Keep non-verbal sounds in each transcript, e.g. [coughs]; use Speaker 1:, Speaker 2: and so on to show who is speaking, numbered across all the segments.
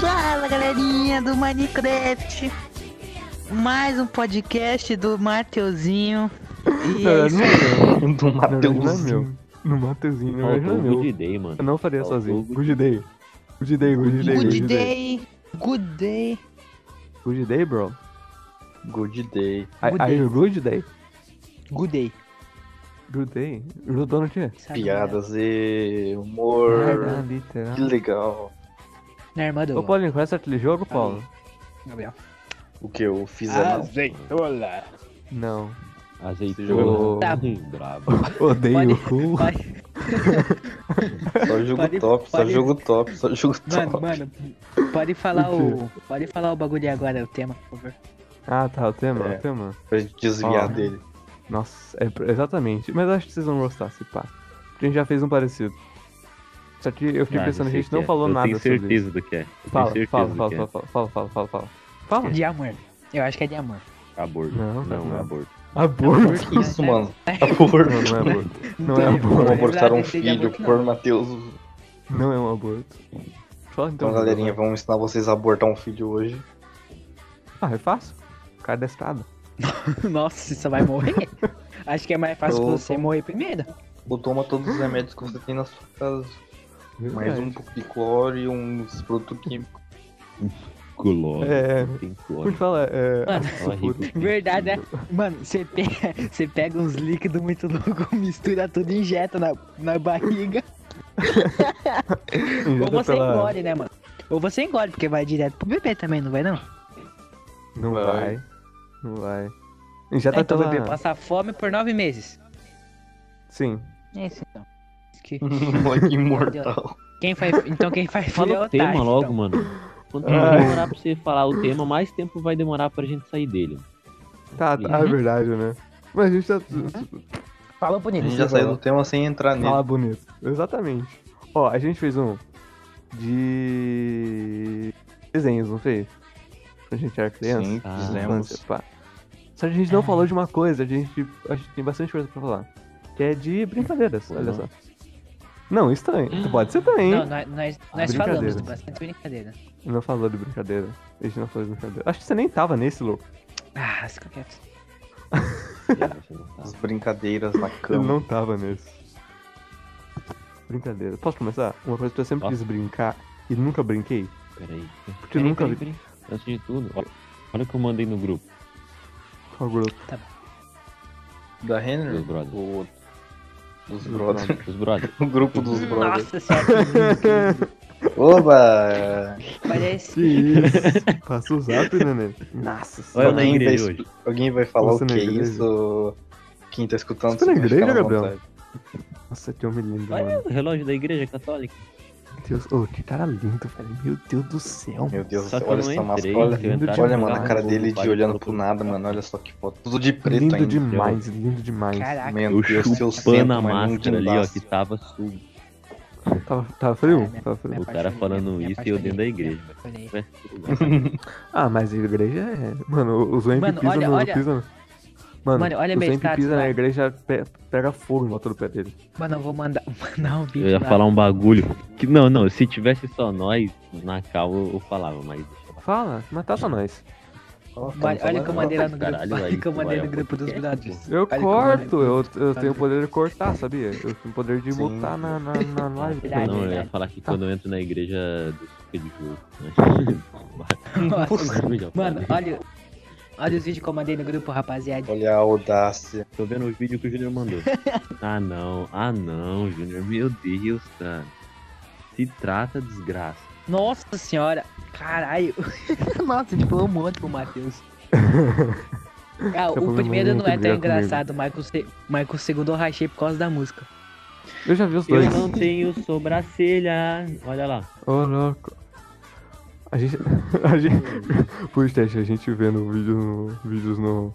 Speaker 1: Fala galerinha do Minecraft! Mais um podcast do Mateuzinho. E
Speaker 2: Não,
Speaker 1: é
Speaker 2: não
Speaker 1: isso
Speaker 2: é [laughs] meu.
Speaker 3: Do
Speaker 2: Não, não é
Speaker 3: Matheus.
Speaker 2: meu. No Mateuzinho, não é
Speaker 4: um Faltou o
Speaker 2: meu.
Speaker 4: um Good Day, mano.
Speaker 2: Eu não faria
Speaker 4: Faltou
Speaker 2: sozinho.
Speaker 4: o
Speaker 2: Good
Speaker 4: Good
Speaker 2: day. Good day, good day,
Speaker 1: Good day, good day.
Speaker 2: Good day, bro.
Speaker 3: Good day.
Speaker 2: Are
Speaker 1: Good
Speaker 2: are
Speaker 1: day.
Speaker 2: you good day?
Speaker 1: Good day.
Speaker 2: Good day. Judando tinha?
Speaker 1: Sabe,
Speaker 3: Piadas e humor.
Speaker 2: Ah, literal.
Speaker 3: Que legal.
Speaker 1: Na irmã do
Speaker 2: Ô, Paulinho, conhece aquele jogo,
Speaker 1: Tá
Speaker 2: Paulo?
Speaker 1: Gabriel.
Speaker 3: O que eu fiz
Speaker 1: Ah,
Speaker 3: ali.
Speaker 1: Azeitola.
Speaker 4: [laughs]
Speaker 2: Não.
Speaker 4: Azeitona.
Speaker 2: Jogou-
Speaker 4: [laughs] Tá brabo.
Speaker 2: Odeio o cu.
Speaker 1: Pode-
Speaker 3: Só jogo
Speaker 1: Pare-
Speaker 3: top, só
Speaker 1: pare-
Speaker 3: jogo top, só jogo
Speaker 1: Mano,
Speaker 3: top.
Speaker 1: mano, pode falar o. Pode falar o bagulho aí agora, o tema, por favor.
Speaker 2: Ah, tá, o tema,
Speaker 3: É.
Speaker 2: o tema.
Speaker 3: Pra gente desviar
Speaker 4: Ah.
Speaker 2: Ó.
Speaker 3: dele.
Speaker 2: Nossa, é, pr- exatamente. Mas eu acho que vocês vão gostar, se pá. Porque a gente já fez um parecido. Só que eu fiquei
Speaker 4: Ah,
Speaker 2: pensando, a
Speaker 4: sei
Speaker 2: gente
Speaker 4: que
Speaker 2: não
Speaker 4: é.
Speaker 2: falou
Speaker 4: eu
Speaker 2: nada
Speaker 4: Tenho
Speaker 2: sobre isso.
Speaker 4: certeza do que é. Eu tenho
Speaker 2: Fala,
Speaker 4: certeza
Speaker 2: fala,
Speaker 4: do
Speaker 2: fala,
Speaker 4: que é.
Speaker 2: fala, fala, fala, fala, fala. Fala.
Speaker 1: De amor. Eu acho que é de amor.
Speaker 4: Aborto.
Speaker 2: Não,
Speaker 4: Não,
Speaker 2: não.
Speaker 4: é aborto.
Speaker 2: Aborto.
Speaker 3: Que isso,
Speaker 1: É.
Speaker 3: mano? Tá
Speaker 2: Não,
Speaker 3: Aborto.
Speaker 2: não é aborto. Não
Speaker 1: Então,
Speaker 2: é aborto.
Speaker 3: Vamos
Speaker 1: eu
Speaker 3: abortar um
Speaker 1: lembrei de
Speaker 3: filho
Speaker 1: aborto, não.
Speaker 3: por Matheus.
Speaker 2: Não é um aborto. Fala então.
Speaker 3: Então, galerinha,
Speaker 2: Bruno.
Speaker 3: vamos ensinar vocês a abortar um filho hoje.
Speaker 2: Ah, é fácil. O cara da estrada.
Speaker 1: [laughs] Nossa, você só vai
Speaker 2: [laughs]
Speaker 1: morrer. Acho que é mais fácil
Speaker 3: Eu-
Speaker 1: você morrer primeiro.
Speaker 3: Ou toma todos os remédios que você tem na sua casa. Mais
Speaker 2: Verdade.
Speaker 3: um pouco de cloro e um uns produtos [laughs] químicos.
Speaker 4: Glória.
Speaker 2: É.
Speaker 4: Tem
Speaker 2: Por
Speaker 4: glória.
Speaker 2: falar, é.
Speaker 1: Mano,
Speaker 4: Fala, Rico.
Speaker 1: [laughs] Verdade, né? Mano, você pega, [laughs] você pega uns líquidos muito loucos, [laughs] mistura tudo e injeta na, na barriga. Ou
Speaker 2: injeta
Speaker 1: você engole, né, mano? Ou você engole, porque vai direto pro bebê também, não vai não?
Speaker 2: Não
Speaker 3: Vai.
Speaker 2: vai. Não vai. Injeta
Speaker 1: Ah, então o
Speaker 2: tá pela.
Speaker 1: bebê passa fome por nove meses.
Speaker 2: Sim.
Speaker 1: É isso então. Isso que-
Speaker 3: Moleque Um imortal.
Speaker 1: Quem faz, então quem faz filho é
Speaker 4: Fala o tema
Speaker 1: otário,
Speaker 4: logo,
Speaker 1: então.
Speaker 4: mano. Quanto mais demorar pra você falar o tema, mais tempo vai demorar pra gente sair dele.
Speaker 2: Tá,
Speaker 1: Uhum.
Speaker 2: tá. É verdade, né? Mas a gente tá.
Speaker 1: Fala
Speaker 3: A
Speaker 1: bonito.
Speaker 3: gente já saiu do tema sem entrar nele.
Speaker 2: Fala bonito. Exatamente. Ó, a gente fez um. De. Desenhos, não fez? Quando a gente era criança.
Speaker 3: Sim,
Speaker 4: Ah,
Speaker 3: fizemos.
Speaker 2: Infância, pá. Só que a gente
Speaker 4: É.
Speaker 2: não falou de uma coisa, a gente, a gente tem bastante coisa pra falar. Que é de brincadeiras,
Speaker 4: Foi
Speaker 2: olha
Speaker 4: não?
Speaker 2: só. Não, isso também. Pode ser também.
Speaker 1: Não,
Speaker 2: Não,
Speaker 1: nós, nós, nós
Speaker 2: Brincadeira.
Speaker 1: falamos bastante brincadeira.
Speaker 2: falou de brincadeira. A gente não falou de brincadeira. Acho que você nem tava nesse, louco.
Speaker 1: Ah, fica quieto.
Speaker 4: É,
Speaker 3: As brincadeiras na
Speaker 2: Eu
Speaker 3: cama.
Speaker 2: não tava nesse. Brincadeira. Posso começar? Uma coisa que eu sempre quis brincar e nunca brinquei.
Speaker 4: Peraí.
Speaker 2: Porque eu nunca vi.
Speaker 4: peraí. Antes de tudo, ó, olha o que eu mandei no grupo
Speaker 2: Qual grupo?
Speaker 3: Da Henry?
Speaker 4: dos brothers.
Speaker 3: O outro. Dos brothers.
Speaker 4: Dos brothers.
Speaker 3: [laughs] O grupo dos brothers.
Speaker 1: Nossa senhora.
Speaker 3: Oba! [laughs]
Speaker 2: Que
Speaker 1: Parece.
Speaker 2: isso? [laughs] Passa o zap, né, né? Nossa
Speaker 4: Olha na
Speaker 3: Alguém
Speaker 4: igreja
Speaker 3: vai-
Speaker 4: hoje.
Speaker 3: Alguém vai falar
Speaker 2: Você
Speaker 3: o
Speaker 2: na
Speaker 3: que é
Speaker 2: igreja?
Speaker 3: isso? Quem tá escutando
Speaker 2: Você na
Speaker 3: vai
Speaker 2: igreja,
Speaker 3: ficar na
Speaker 2: Gabriel?
Speaker 3: vontade.
Speaker 2: Nossa, que homem lindo,
Speaker 4: Olha
Speaker 2: mano.
Speaker 4: o relógio da igreja católica.
Speaker 2: Deus, ô, que cara lindo, velho. Meu Deus do céu.
Speaker 3: Meu Deus do
Speaker 4: Só
Speaker 3: céu,
Speaker 4: que
Speaker 3: olha
Speaker 4: eu não
Speaker 3: essa
Speaker 4: entrei,
Speaker 3: máscara. Olha,
Speaker 4: se eu entrasse
Speaker 3: olha,
Speaker 4: no
Speaker 3: mano, a
Speaker 4: carro,
Speaker 3: cara
Speaker 4: o
Speaker 3: dele de
Speaker 4: padre
Speaker 3: olhando
Speaker 4: falou
Speaker 3: pro
Speaker 4: pra-
Speaker 3: nada, mano. Olha só que foto. Tudo de preto
Speaker 2: lindo
Speaker 3: ainda.
Speaker 2: demais, lindo demais.
Speaker 1: Caraca.
Speaker 3: Meu
Speaker 4: Eu
Speaker 3: Deus, é
Speaker 4: chupando
Speaker 3: seu
Speaker 4: a
Speaker 3: santo, mas não
Speaker 4: máscara ali, ó, que
Speaker 3: guindaste.
Speaker 4: tava sujo.
Speaker 2: Tava, tava frio?
Speaker 1: Ah, minha-
Speaker 2: Tava frio.
Speaker 1: Me
Speaker 4: O cara
Speaker 1: apaixonei,
Speaker 4: falando
Speaker 1: me
Speaker 4: isso e eu dentro da
Speaker 1: apaixonei,
Speaker 4: igreja.
Speaker 1: me apaixonei.
Speaker 3: [laughs]
Speaker 4: Vai se fuder.
Speaker 2: Ah, mas a igreja é. Mano, os Wemp
Speaker 1: Mano,
Speaker 2: pisa
Speaker 1: olha-
Speaker 2: no.
Speaker 1: olha-
Speaker 2: Pisa... Mano,
Speaker 1: Mano, olha
Speaker 2: os
Speaker 1: minha
Speaker 2: Wemp
Speaker 1: estátua
Speaker 2: pisa
Speaker 1: lá.
Speaker 2: na igreja, pe- pega fogo em volta do pé dele.
Speaker 1: Mano, eu vou mandar, [laughs] mandar um vídeo.
Speaker 4: Eu ia
Speaker 1: lá.
Speaker 4: falar um bagulho. Que, não, não, se tivesse só nós na cal, eu, eu falava, mas deixa lá.
Speaker 2: Fala, mas tá só nós.
Speaker 1: Olha,
Speaker 3: é.
Speaker 1: olha que eu mandei lá no grupo.
Speaker 4: Caralho,
Speaker 1: olha
Speaker 4: aí
Speaker 1: que eu
Speaker 4: tu
Speaker 1: mandei
Speaker 4: vai é um
Speaker 1: no grupo dos
Speaker 4: apontar.
Speaker 1: brothers.
Speaker 2: Eu
Speaker 1: Olha
Speaker 2: corto,
Speaker 1: como é.
Speaker 2: eu, eu tenho o poder de cortar, sabia? Eu tenho o poder de
Speaker 3: Sim. é.
Speaker 2: voltar na, na, na live.
Speaker 1: Verdade,
Speaker 4: não, eu ia
Speaker 1: verdade.
Speaker 4: falar que quando eu entro na igreja do Super de Jogo. né? [laughs]
Speaker 1: Nossa.
Speaker 4: Eu já
Speaker 1: Mano,
Speaker 4: falei.
Speaker 1: olha. Olha os vídeos que eu mandei no grupo,
Speaker 4: é.
Speaker 1: rapaziada.
Speaker 3: Olha a audácia.
Speaker 4: Tô vendo o vídeo que o
Speaker 1: [laughs]
Speaker 4: Júnior mandou. ah não, ah não, Júnior. Meu Deus, cara. Se trata desgraça.
Speaker 1: Nossa senhora. Caralho. [laughs] Nossa, ele falou um monte pro
Speaker 2: [laughs]
Speaker 1: Matheus. Ah,
Speaker 2: Seu
Speaker 1: o
Speaker 2: problema é
Speaker 1: primeiro não
Speaker 2: que
Speaker 1: é tão
Speaker 2: briga
Speaker 1: engraçado, mas o se- mas o segundo eu rachei por causa da música.
Speaker 2: Eu já vi os
Speaker 4: Eu
Speaker 2: dois.
Speaker 4: não tenho sobrancelha. Olha lá.
Speaker 2: Ô, louco. A gente. [laughs] A gente.
Speaker 1: [laughs]
Speaker 2: Puxa, teste, a gente vê no vídeo no, vídeos no.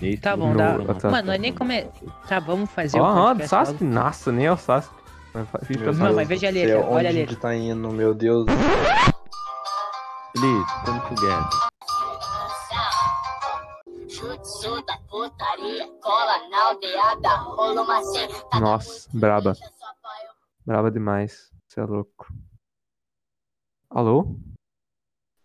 Speaker 4: Esse
Speaker 1: Tá bom,
Speaker 4: não,
Speaker 1: dá-
Speaker 4: não.
Speaker 2: Mano,
Speaker 1: não é nem come- Tá, vamos fazer
Speaker 2: Ó, ó, do
Speaker 1: podcast
Speaker 2: Sasuke?
Speaker 1: logo.
Speaker 2: Nossa, nem é o Sasuke. Mas fa- fica
Speaker 3: Meu
Speaker 2: Sasuke.
Speaker 4: assim,
Speaker 1: Não,
Speaker 3: Deus
Speaker 1: mas veja a
Speaker 3: do
Speaker 1: letra,
Speaker 3: céu,
Speaker 1: olha a
Speaker 3: onde
Speaker 1: letra.
Speaker 3: tá indo, meu Deus.
Speaker 4: Please, come together.
Speaker 5: Jutsu da putaria, cola na aldeada, rola uma sentada.
Speaker 2: Nossa, braba. Braba demais. Você é louco. Alô?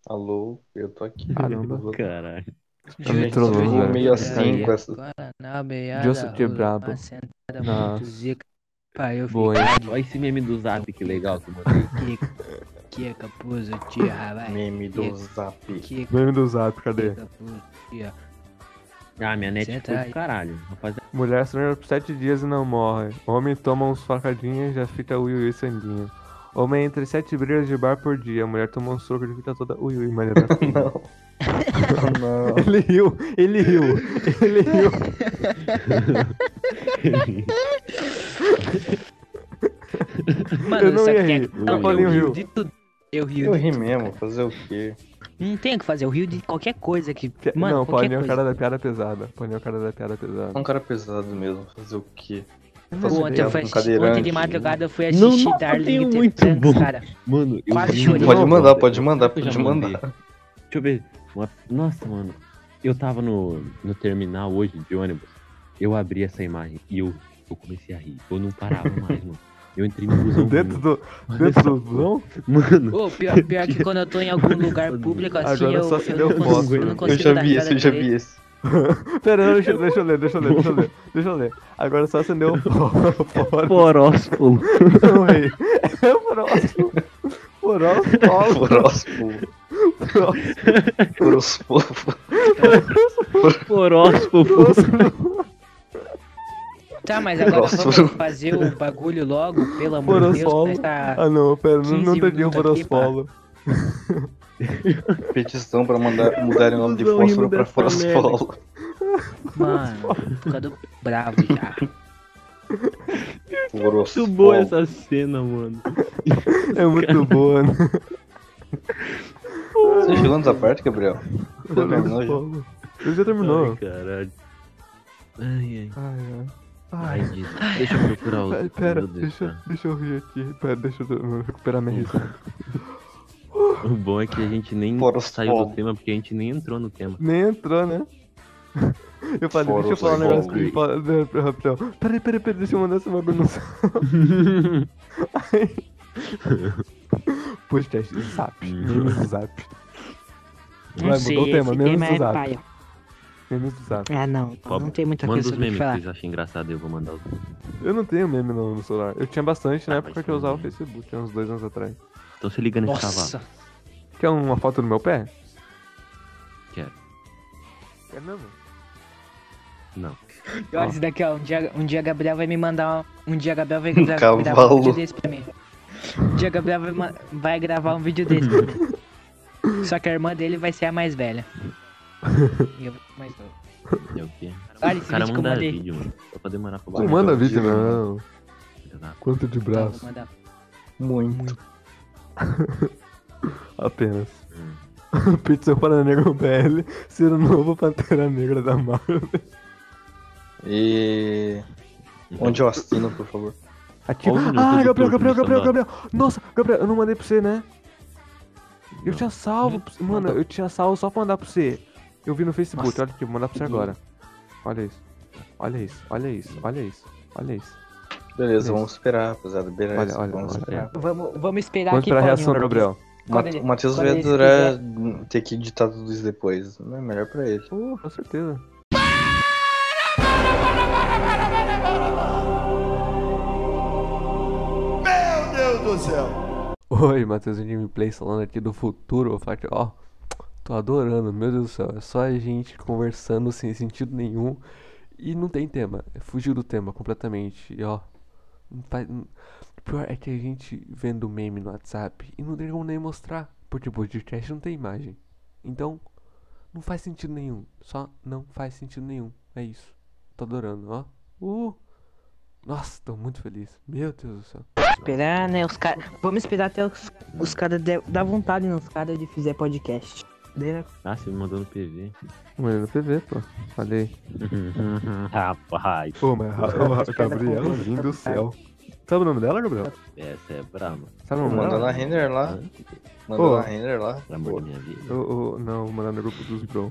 Speaker 3: Alô, eu tô aqui.
Speaker 2: Caramba.
Speaker 4: é? Caralho.
Speaker 2: me
Speaker 3: Gente,
Speaker 2: trollou,
Speaker 3: ficou
Speaker 2: velho.
Speaker 3: meio assim com essa.
Speaker 1: Guaraná, beada,
Speaker 2: Joseph de
Speaker 1: rola,
Speaker 2: Brabo.
Speaker 1: uma sentada
Speaker 2: Na-
Speaker 1: muito zica. Pai, eu
Speaker 2: Boa, hein?
Speaker 4: Olha esse meme do zap, que legal que eu mandei.
Speaker 1: fiquei que capuzo, tia, vai.
Speaker 3: Meme do zap.
Speaker 1: Que é
Speaker 2: Meme do zap, cadê?
Speaker 1: capuzo, tia.
Speaker 4: Ah, minha net
Speaker 1: Senta
Speaker 4: foi
Speaker 1: tá aí.
Speaker 4: do caralho. Rapaziada,
Speaker 2: Mulher sonha por sete dias e não morre. Homem toma uns facadinhas e já fica ui ui sanguinho. Homem entre sete brigas de bar por dia. Mulher toma um soco e fica toda ui ui, mas ele [laughs] tá-
Speaker 3: Não.
Speaker 4: é?
Speaker 3: Não.
Speaker 2: Ele riu, ele riu, ele riu.
Speaker 1: Mano,
Speaker 2: eu não
Speaker 1: sabe o
Speaker 2: ia
Speaker 1: que é
Speaker 2: rir.
Speaker 1: que-
Speaker 2: O
Speaker 1: Não,
Speaker 2: Paulinho
Speaker 1: eu rio
Speaker 2: riu.
Speaker 1: de tudo. Eu rio
Speaker 3: Eu
Speaker 1: de...
Speaker 3: ri mesmo, fazer o quê?
Speaker 1: Não tem o que fazer, eu rio de qualquer coisa que. Mano,
Speaker 2: não, o
Speaker 1: qualquer
Speaker 2: Paulinho é o
Speaker 1: coisa.
Speaker 2: cara da piada pesada. Paulinho é o cara da piada pesada.
Speaker 3: É um cara pesado mesmo, fazer o quê?
Speaker 1: Pô, ontem, eu fui
Speaker 3: Com
Speaker 1: assistir,
Speaker 3: cadeirante.
Speaker 1: ontem de madrugada eu fui
Speaker 4: Não,
Speaker 1: assistir
Speaker 4: nossa, tem
Speaker 1: Darling
Speaker 4: um
Speaker 1: in the
Speaker 4: muito
Speaker 1: Franxx,
Speaker 4: bom.
Speaker 1: cara.
Speaker 4: mano, eu
Speaker 1: Quase
Speaker 2: um
Speaker 4: vi-
Speaker 1: chorei.
Speaker 3: Pode mandar,
Speaker 4: Nossa,
Speaker 3: pode mandar,
Speaker 4: eu já
Speaker 3: pode
Speaker 4: mandei.
Speaker 3: mandar.
Speaker 4: Deixa eu ver. Uma- Nossa, mano. Eu tava no, no terminal hoje de ônibus. Eu abri essa imagem e eu, eu comecei a rir. Eu não parava mais, mano. Eu entrei no
Speaker 2: [laughs]
Speaker 4: busão.
Speaker 2: Dentro do,
Speaker 4: mano.
Speaker 2: dentro do busão?
Speaker 4: Mano,
Speaker 1: Ô, pior, pior que quando eu tô em algum lugar
Speaker 4: Mano,
Speaker 1: público assim,
Speaker 2: agora
Speaker 1: eu,
Speaker 2: só se
Speaker 1: eu
Speaker 2: deu
Speaker 1: não
Speaker 2: fósforo.
Speaker 1: consigo, eu não
Speaker 2: Eu
Speaker 3: Eu
Speaker 1: consigo
Speaker 3: já
Speaker 1: dar
Speaker 3: vi
Speaker 1: risada
Speaker 3: esse, eu já
Speaker 1: direito.
Speaker 3: vi esse.
Speaker 2: Pera, não, deixa, deixa eu ler, deixa eu ler, deixa eu ler. Deixa eu ler. Agora só acendeu o [laughs] fó- fórum.
Speaker 4: poróspulo.
Speaker 2: Não, aí. É o próximo. Próximo.
Speaker 3: Porospo. Porospo.
Speaker 4: Poróspulo.
Speaker 1: Tá,
Speaker 4: [laughs]
Speaker 1: mas agora
Speaker 3: Nossa,
Speaker 1: vamos
Speaker 3: mano.
Speaker 1: fazer o bagulho logo, pelo amor de Deus.
Speaker 2: Porosolo.
Speaker 1: nós Tá...
Speaker 2: Ah não, pera, não, não
Speaker 1: 15
Speaker 2: entendi o
Speaker 1: minutos aqui, pá.
Speaker 2: Porosfolo.
Speaker 3: Petição pra mandar, mudarem o nome de
Speaker 4: Não,
Speaker 3: fósforo
Speaker 4: rimo
Speaker 3: pra
Speaker 4: dessa
Speaker 3: fósforo.
Speaker 2: um-
Speaker 1: Mano, ficando bravo já.
Speaker 4: Muito boa
Speaker 3: Porospo.
Speaker 4: essa cena, mano.
Speaker 2: É muito boa, né?
Speaker 3: Você chegou nessa parte, Gabriel? né, Você terminou já?
Speaker 2: Porosfolo. Ele já terminou.
Speaker 4: Ai, caralho. Ai, ai.
Speaker 2: Ai,
Speaker 4: Ai,
Speaker 2: ai.
Speaker 4: diz- deixa eu procurar
Speaker 2: Ai,
Speaker 4: outro.
Speaker 2: pera,
Speaker 4: Meu Deus,
Speaker 2: deixa,
Speaker 4: tá.
Speaker 2: deixa eu rir aqui. Pera, deixa eu eu recuperar minha risada.
Speaker 4: O bom é que a gente nem
Speaker 3: Poróspulo.
Speaker 4: saiu do tema, porque a gente nem entrou no tema.
Speaker 2: Nem entrou, né? [laughs] Eu falei, deixa eu falar um negócio aqui. Fala- né, pro Rafael. Peraí, peraí, peraí, deixa eu mandar essa bagulho
Speaker 3: [laughs]
Speaker 2: no zap. Podcast, zap. Memes do zap.
Speaker 1: Não
Speaker 2: Vai,
Speaker 1: sei,
Speaker 2: mudou o tema,
Speaker 1: esse
Speaker 2: menos
Speaker 1: tema
Speaker 2: do
Speaker 1: é
Speaker 2: zap.
Speaker 1: paia.
Speaker 2: Memes do zap.
Speaker 1: Ah, não,
Speaker 4: Cobra.
Speaker 1: não tem muita
Speaker 4: Manda
Speaker 1: coisa
Speaker 4: os
Speaker 1: sobre o
Speaker 4: memes
Speaker 1: que
Speaker 4: que
Speaker 1: falar.
Speaker 4: vocês acham engraçado, eu vou mandar os
Speaker 2: Eu não tenho meme no, no celular. Eu tinha bastante na
Speaker 4: Ah,
Speaker 2: época
Speaker 4: mas
Speaker 2: que eu usava o
Speaker 4: também.
Speaker 2: Facebook, há uns dois anos atrás.
Speaker 4: Então se liga nesse cavalo.
Speaker 1: Nossa,
Speaker 2: Quer uma foto do meu pé?
Speaker 4: Quero.
Speaker 1: É
Speaker 2: Quer mesmo?
Speaker 4: Não.
Speaker 1: olha isso daqui, ó. Um dia, um dia Gabriel vai me mandar. Um dia Gabriel
Speaker 4: [laughs]
Speaker 1: vai gravar, gravar um
Speaker 3: cavalo.
Speaker 1: vídeo desse pra mim. Um dia Gabriel vai, ma- vai gravar um vídeo desse pra mim.
Speaker 4: [laughs]
Speaker 1: Só que a irmã dele vai ser a mais
Speaker 2: [laughs]
Speaker 1: velha. E eu vou ser mais novo.
Speaker 4: É o quê?
Speaker 1: Olha esse
Speaker 4: o cara
Speaker 1: vídeo que eu
Speaker 4: manda
Speaker 1: mandei.
Speaker 4: vídeo, mano. Só pra demorar pra
Speaker 2: Não
Speaker 3: Vai,
Speaker 2: manda
Speaker 3: então,
Speaker 2: vídeo,
Speaker 3: tira.
Speaker 2: não.
Speaker 4: baixar.
Speaker 2: Quanto de
Speaker 1: Então, eu vou
Speaker 2: braço?
Speaker 1: mandar.
Speaker 3: Muito.
Speaker 2: Apenas. [laughs] Petição para Negro BL ser o novo Pantera Negra da Marvel.
Speaker 3: E. Onde eu assino, por favor?
Speaker 2: Aqui.
Speaker 4: Olha,
Speaker 2: Ah, Gabriel,
Speaker 4: tudo torto
Speaker 2: Gabriel,
Speaker 4: nessa
Speaker 2: Gabriel,
Speaker 4: barra.
Speaker 2: Gabriel. Nossa, Gabriel, eu não mandei pra você, né? Eu
Speaker 4: Não.
Speaker 2: tinha salvo. pra você- Mano, eu tinha salvo só pra mandar pra você. Eu vi no Facebook, olha aqui, vou mandar pra você agora. Olha isso. Olha isso, olha isso, olha isso, olha isso.
Speaker 3: Beleza,
Speaker 2: Beleza.
Speaker 3: vamos esperar, rapaziada. Beleza,
Speaker 2: Olha, olha,
Speaker 3: vamos
Speaker 2: olha.
Speaker 3: esperar.
Speaker 1: Vamos, vamos esperar um
Speaker 2: Vamos
Speaker 1: aqui.
Speaker 2: pra reação do
Speaker 1: Paulinho.
Speaker 2: Gabriel.
Speaker 1: Quando
Speaker 3: Ma-
Speaker 1: ele-
Speaker 3: O Matheus
Speaker 1: quando
Speaker 3: vai
Speaker 1: ele
Speaker 3: adorar ter que editar tudo isso depois. Não é melhor pra ele.
Speaker 2: Uh, com certeza. Meu Deus do céu! Oi, Matheusinho Gameplay falando aqui do futuro. Vou falar que, ó, tô adorando, meu Deus do céu. É só a gente conversando sem sentido nenhum e não tem tema. Fugiu do tema completamente. E ó, não faz- não- o pior é que a gente vendo meme no WhatsApp e não tem como nem mostrar, porque podcast não tem imagem. Então, não faz sentido nenhum. Só não faz sentido nenhum. É isso. Tô adorando, ó. Uh! Nossa, tô muito feliz. Meu Deus do céu.
Speaker 1: esperar, né? Os cara... Vamos esperar até os, os caras de... dar vontade nos caras de fizer podcast. Daí nós-
Speaker 4: Ah, você me mandou
Speaker 2: [laughs]
Speaker 4: no PV.
Speaker 2: Mano, no PV, pô. Falei.
Speaker 4: Rapaz,
Speaker 2: Pô, mas [laughs] a Gabrielazinho do céu. Sabe o nome dela, Gabriel?
Speaker 4: essa é brava.
Speaker 2: Sabe o
Speaker 3: Pô,
Speaker 2: nome
Speaker 3: Manda na
Speaker 2: dela?
Speaker 3: render
Speaker 2: Ah.
Speaker 3: lá. Manda
Speaker 2: Ô.
Speaker 3: na render lá.
Speaker 4: Pelo amor da minha vida.
Speaker 2: Eu, eu, não, vou mandar no grupo dos bro.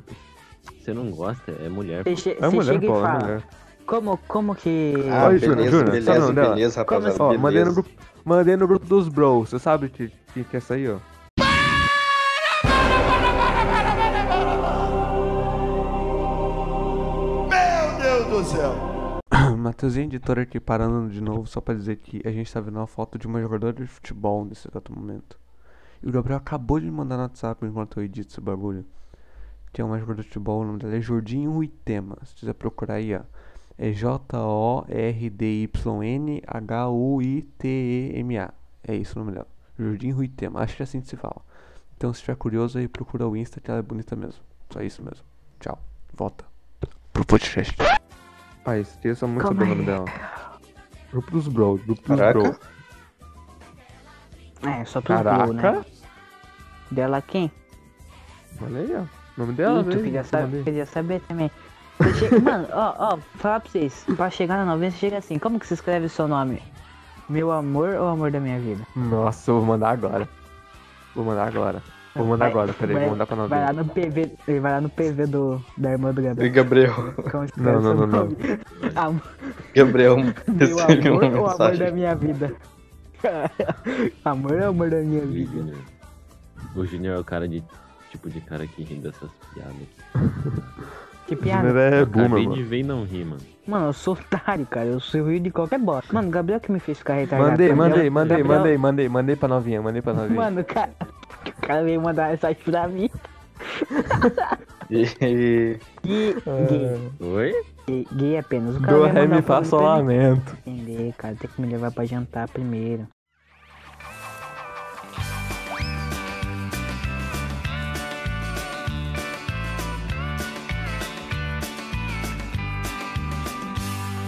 Speaker 4: Você não gosta, é mulher.
Speaker 1: Você che-
Speaker 2: É
Speaker 1: você
Speaker 2: mulher,
Speaker 1: chega e
Speaker 2: Paulo, é
Speaker 1: fala,
Speaker 2: mulher.
Speaker 1: Como, como que.
Speaker 3: Ah,
Speaker 2: Oi, Júnior, Júnior,
Speaker 3: beleza,
Speaker 2: sabe o
Speaker 3: beleza,
Speaker 2: nome dela?
Speaker 3: beleza, rapaziada.
Speaker 2: Ó, mandei no
Speaker 3: beleza.
Speaker 2: grupo, mandei no grupo dos bro. Você sabe que, que, que é essa aí, ó.
Speaker 6: mademoiselle.
Speaker 2: [coughs] Matheusinho, editor aqui, parando de novo, só pra dizer que a gente tá vendo uma foto de uma jogadora de futebol nesse exato momento. E o Gabriel acabou de me mandar no WhatsApp enquanto eu edito esse bagulho. Que é uma jogadora de futebol, o nome dela é Jordinho Uitema. Se quiser procurar aí, ó. É J-O-R-D-Y-N-H-U-I-T-E-M-A. É isso o nome dela. Jordinho Uitema. Acho que é assim que se fala. Então, se estiver curioso aí, procura o Insta, que ela é bonita mesmo. Só isso mesmo. Tchau. Volta. Pro podcast.
Speaker 7: Ah, esqueça muito sobre o nome dela. Grupo dos Bro, grupo dos
Speaker 3: Caraca.
Speaker 7: Bro.
Speaker 1: É, só pros
Speaker 7: Caraca.
Speaker 1: Blue, né? Dela quem?
Speaker 7: Olha aí, ó. O nome dela,
Speaker 1: Ih, tu
Speaker 7: mesmo, que
Speaker 1: queria,
Speaker 7: eu
Speaker 1: saber,
Speaker 7: mandei.
Speaker 1: queria saber também. Você chega- [laughs] Mano, ó, ó, falar pra vocês. Pra chegar na 90, chega assim. Como que se escreve o seu nome? Meu amor ou amor da minha vida?
Speaker 7: Nossa, eu vou mandar agora. Vou mandar agora. Vou mandar
Speaker 1: Vai-
Speaker 7: agora, peraí,
Speaker 1: vai-
Speaker 7: vou mandar pra
Speaker 1: Vai lá
Speaker 7: novela.
Speaker 1: no PV, ele vai lá no PV do, da irmã do
Speaker 3: E
Speaker 1: Gabriel.
Speaker 3: Gabriel.
Speaker 1: Como escreve
Speaker 7: Não, não,
Speaker 1: seu
Speaker 7: não, não.
Speaker 1: nome? Am-
Speaker 3: Gabriel [laughs]
Speaker 1: Meu
Speaker 3: recebe
Speaker 1: amor ou
Speaker 3: uma
Speaker 1: amor da
Speaker 3: um mensagem.
Speaker 1: minha vida? [laughs] amor ou amor da minha
Speaker 4: O
Speaker 1: vida?
Speaker 4: Junior. O Junior é o cara de. Tipo de cara que ri dessas piadas.
Speaker 1: Que
Speaker 7: O
Speaker 1: piada.
Speaker 7: Júnior é boomer,
Speaker 4: Acabei de
Speaker 7: mano.
Speaker 4: ver e não ri, mano.
Speaker 7: é-
Speaker 1: Mano, eu sou otário, cara. Eu sou rio de qualquer bosta. Mano, o Gabriel que me fez ficar retardado.
Speaker 7: Mandei,
Speaker 1: Gabriel-
Speaker 7: mandei, mandei,
Speaker 1: Gabriel-
Speaker 7: mandei, mandei, mandei pra novinha, mandei pra novinha.
Speaker 1: Mano, o cara, o cara veio mandar mensagem pra mim.
Speaker 3: E,
Speaker 1: Gay, gay,
Speaker 4: Oi?
Speaker 1: gay, gay apenas. O cara
Speaker 7: Do
Speaker 1: veio
Speaker 7: ré
Speaker 1: mandar
Speaker 7: mi
Speaker 1: um
Speaker 7: fá
Speaker 1: bagulho
Speaker 7: sol
Speaker 1: pra mim.
Speaker 7: lá, lamento.
Speaker 1: Entender, cara. Tem que me levar pra jantar primeiro.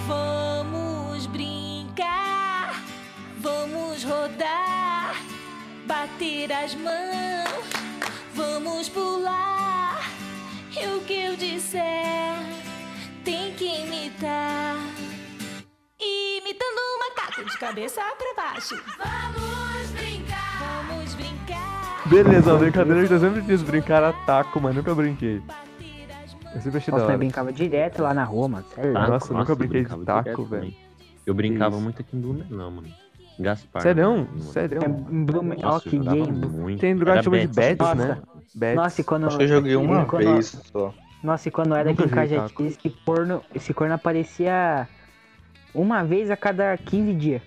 Speaker 8: Vamos brincar, vamos rodar, bater as mãos, vamos pular. E o que eu disser tem que imitar. Imitando um macaco de cabeça pra baixo. Vamos brincar, vamos brincar,
Speaker 7: Beleza, uma brincadeira que eu sempre quis brincar era taco, mas nunca brinquei.
Speaker 8: bater as
Speaker 7: Eu
Speaker 8: mãos.
Speaker 7: sempre achei da
Speaker 1: Nossa,
Speaker 7: hora.
Speaker 1: eu brincava direto lá na rua, mano. é Sério.
Speaker 7: Nossa,
Speaker 4: Taco,
Speaker 7: eu nunca brinquei de
Speaker 4: brincava
Speaker 7: taco,
Speaker 4: direto
Speaker 7: velho.
Speaker 4: também. Eu brincava
Speaker 7: isso.
Speaker 4: muito aqui em Blumenau, mano. Gaspar.
Speaker 7: Sério?
Speaker 4: né, mano?
Speaker 3: Ah,
Speaker 7: Sério?
Speaker 1: É Blumen- ó,
Speaker 4: Nossa, eu
Speaker 1: que
Speaker 4: jogava
Speaker 1: game.
Speaker 4: muito.
Speaker 7: Tem lugar que
Speaker 4: Era
Speaker 7: chama de
Speaker 4: Betis,
Speaker 7: Betis,
Speaker 1: Nossa.
Speaker 7: né? Betis.
Speaker 1: Nossa, e quando.
Speaker 3: acho que eu joguei uma
Speaker 1: e quando-
Speaker 3: vez só.
Speaker 1: Nossa, e quando eu era aqui
Speaker 7: Nunca
Speaker 1: em
Speaker 7: joguei
Speaker 1: Cajati, esse corno, esse corno aparecia uma vez a cada 15 dias.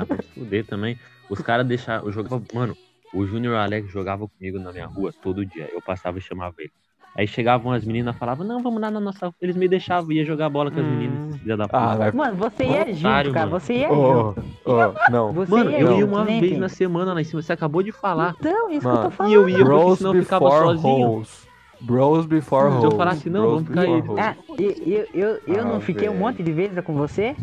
Speaker 4: Ah, pra se fuder também. Os caras deixavam. Eu jogava. Mano, o Júnior Alex jogava comigo na minha rua todo dia. Eu passava e chamava ele. Aí chegavam as meninas e falavam, não, vamos lá na nossa. rua." Eles me deixavam, ia jogar bola com as
Speaker 7: Hum.
Speaker 4: meninas. filha da
Speaker 7: Ah,
Speaker 4: puta.
Speaker 7: vai.
Speaker 1: Mano, você ia
Speaker 4: Otário,
Speaker 1: junto, cara.
Speaker 4: É mano.
Speaker 1: Você ia
Speaker 7: Oh,
Speaker 1: junto.
Speaker 7: oh, não.
Speaker 1: é Você
Speaker 4: mano, eu ia
Speaker 1: junto,
Speaker 4: uma
Speaker 1: né,
Speaker 4: vez
Speaker 1: Vini?
Speaker 4: na semana lá em cima. Você acabou de falar.
Speaker 1: Então, isso que eu
Speaker 7: Mano,
Speaker 1: tô falando.
Speaker 4: E eu ia, porque
Speaker 7: Bros
Speaker 4: senão eu ficava
Speaker 7: before
Speaker 4: sozinho.
Speaker 7: hoes. Bros before
Speaker 4: Se
Speaker 7: hoes.
Speaker 4: eu falasse, não,
Speaker 7: Bros
Speaker 4: vamos ficar
Speaker 7: before
Speaker 4: aí.
Speaker 7: hoes.
Speaker 1: Ah, e- eu, eu, eu não
Speaker 3: Ah,
Speaker 1: fiquei um
Speaker 3: velho.
Speaker 1: monte de vezes com você?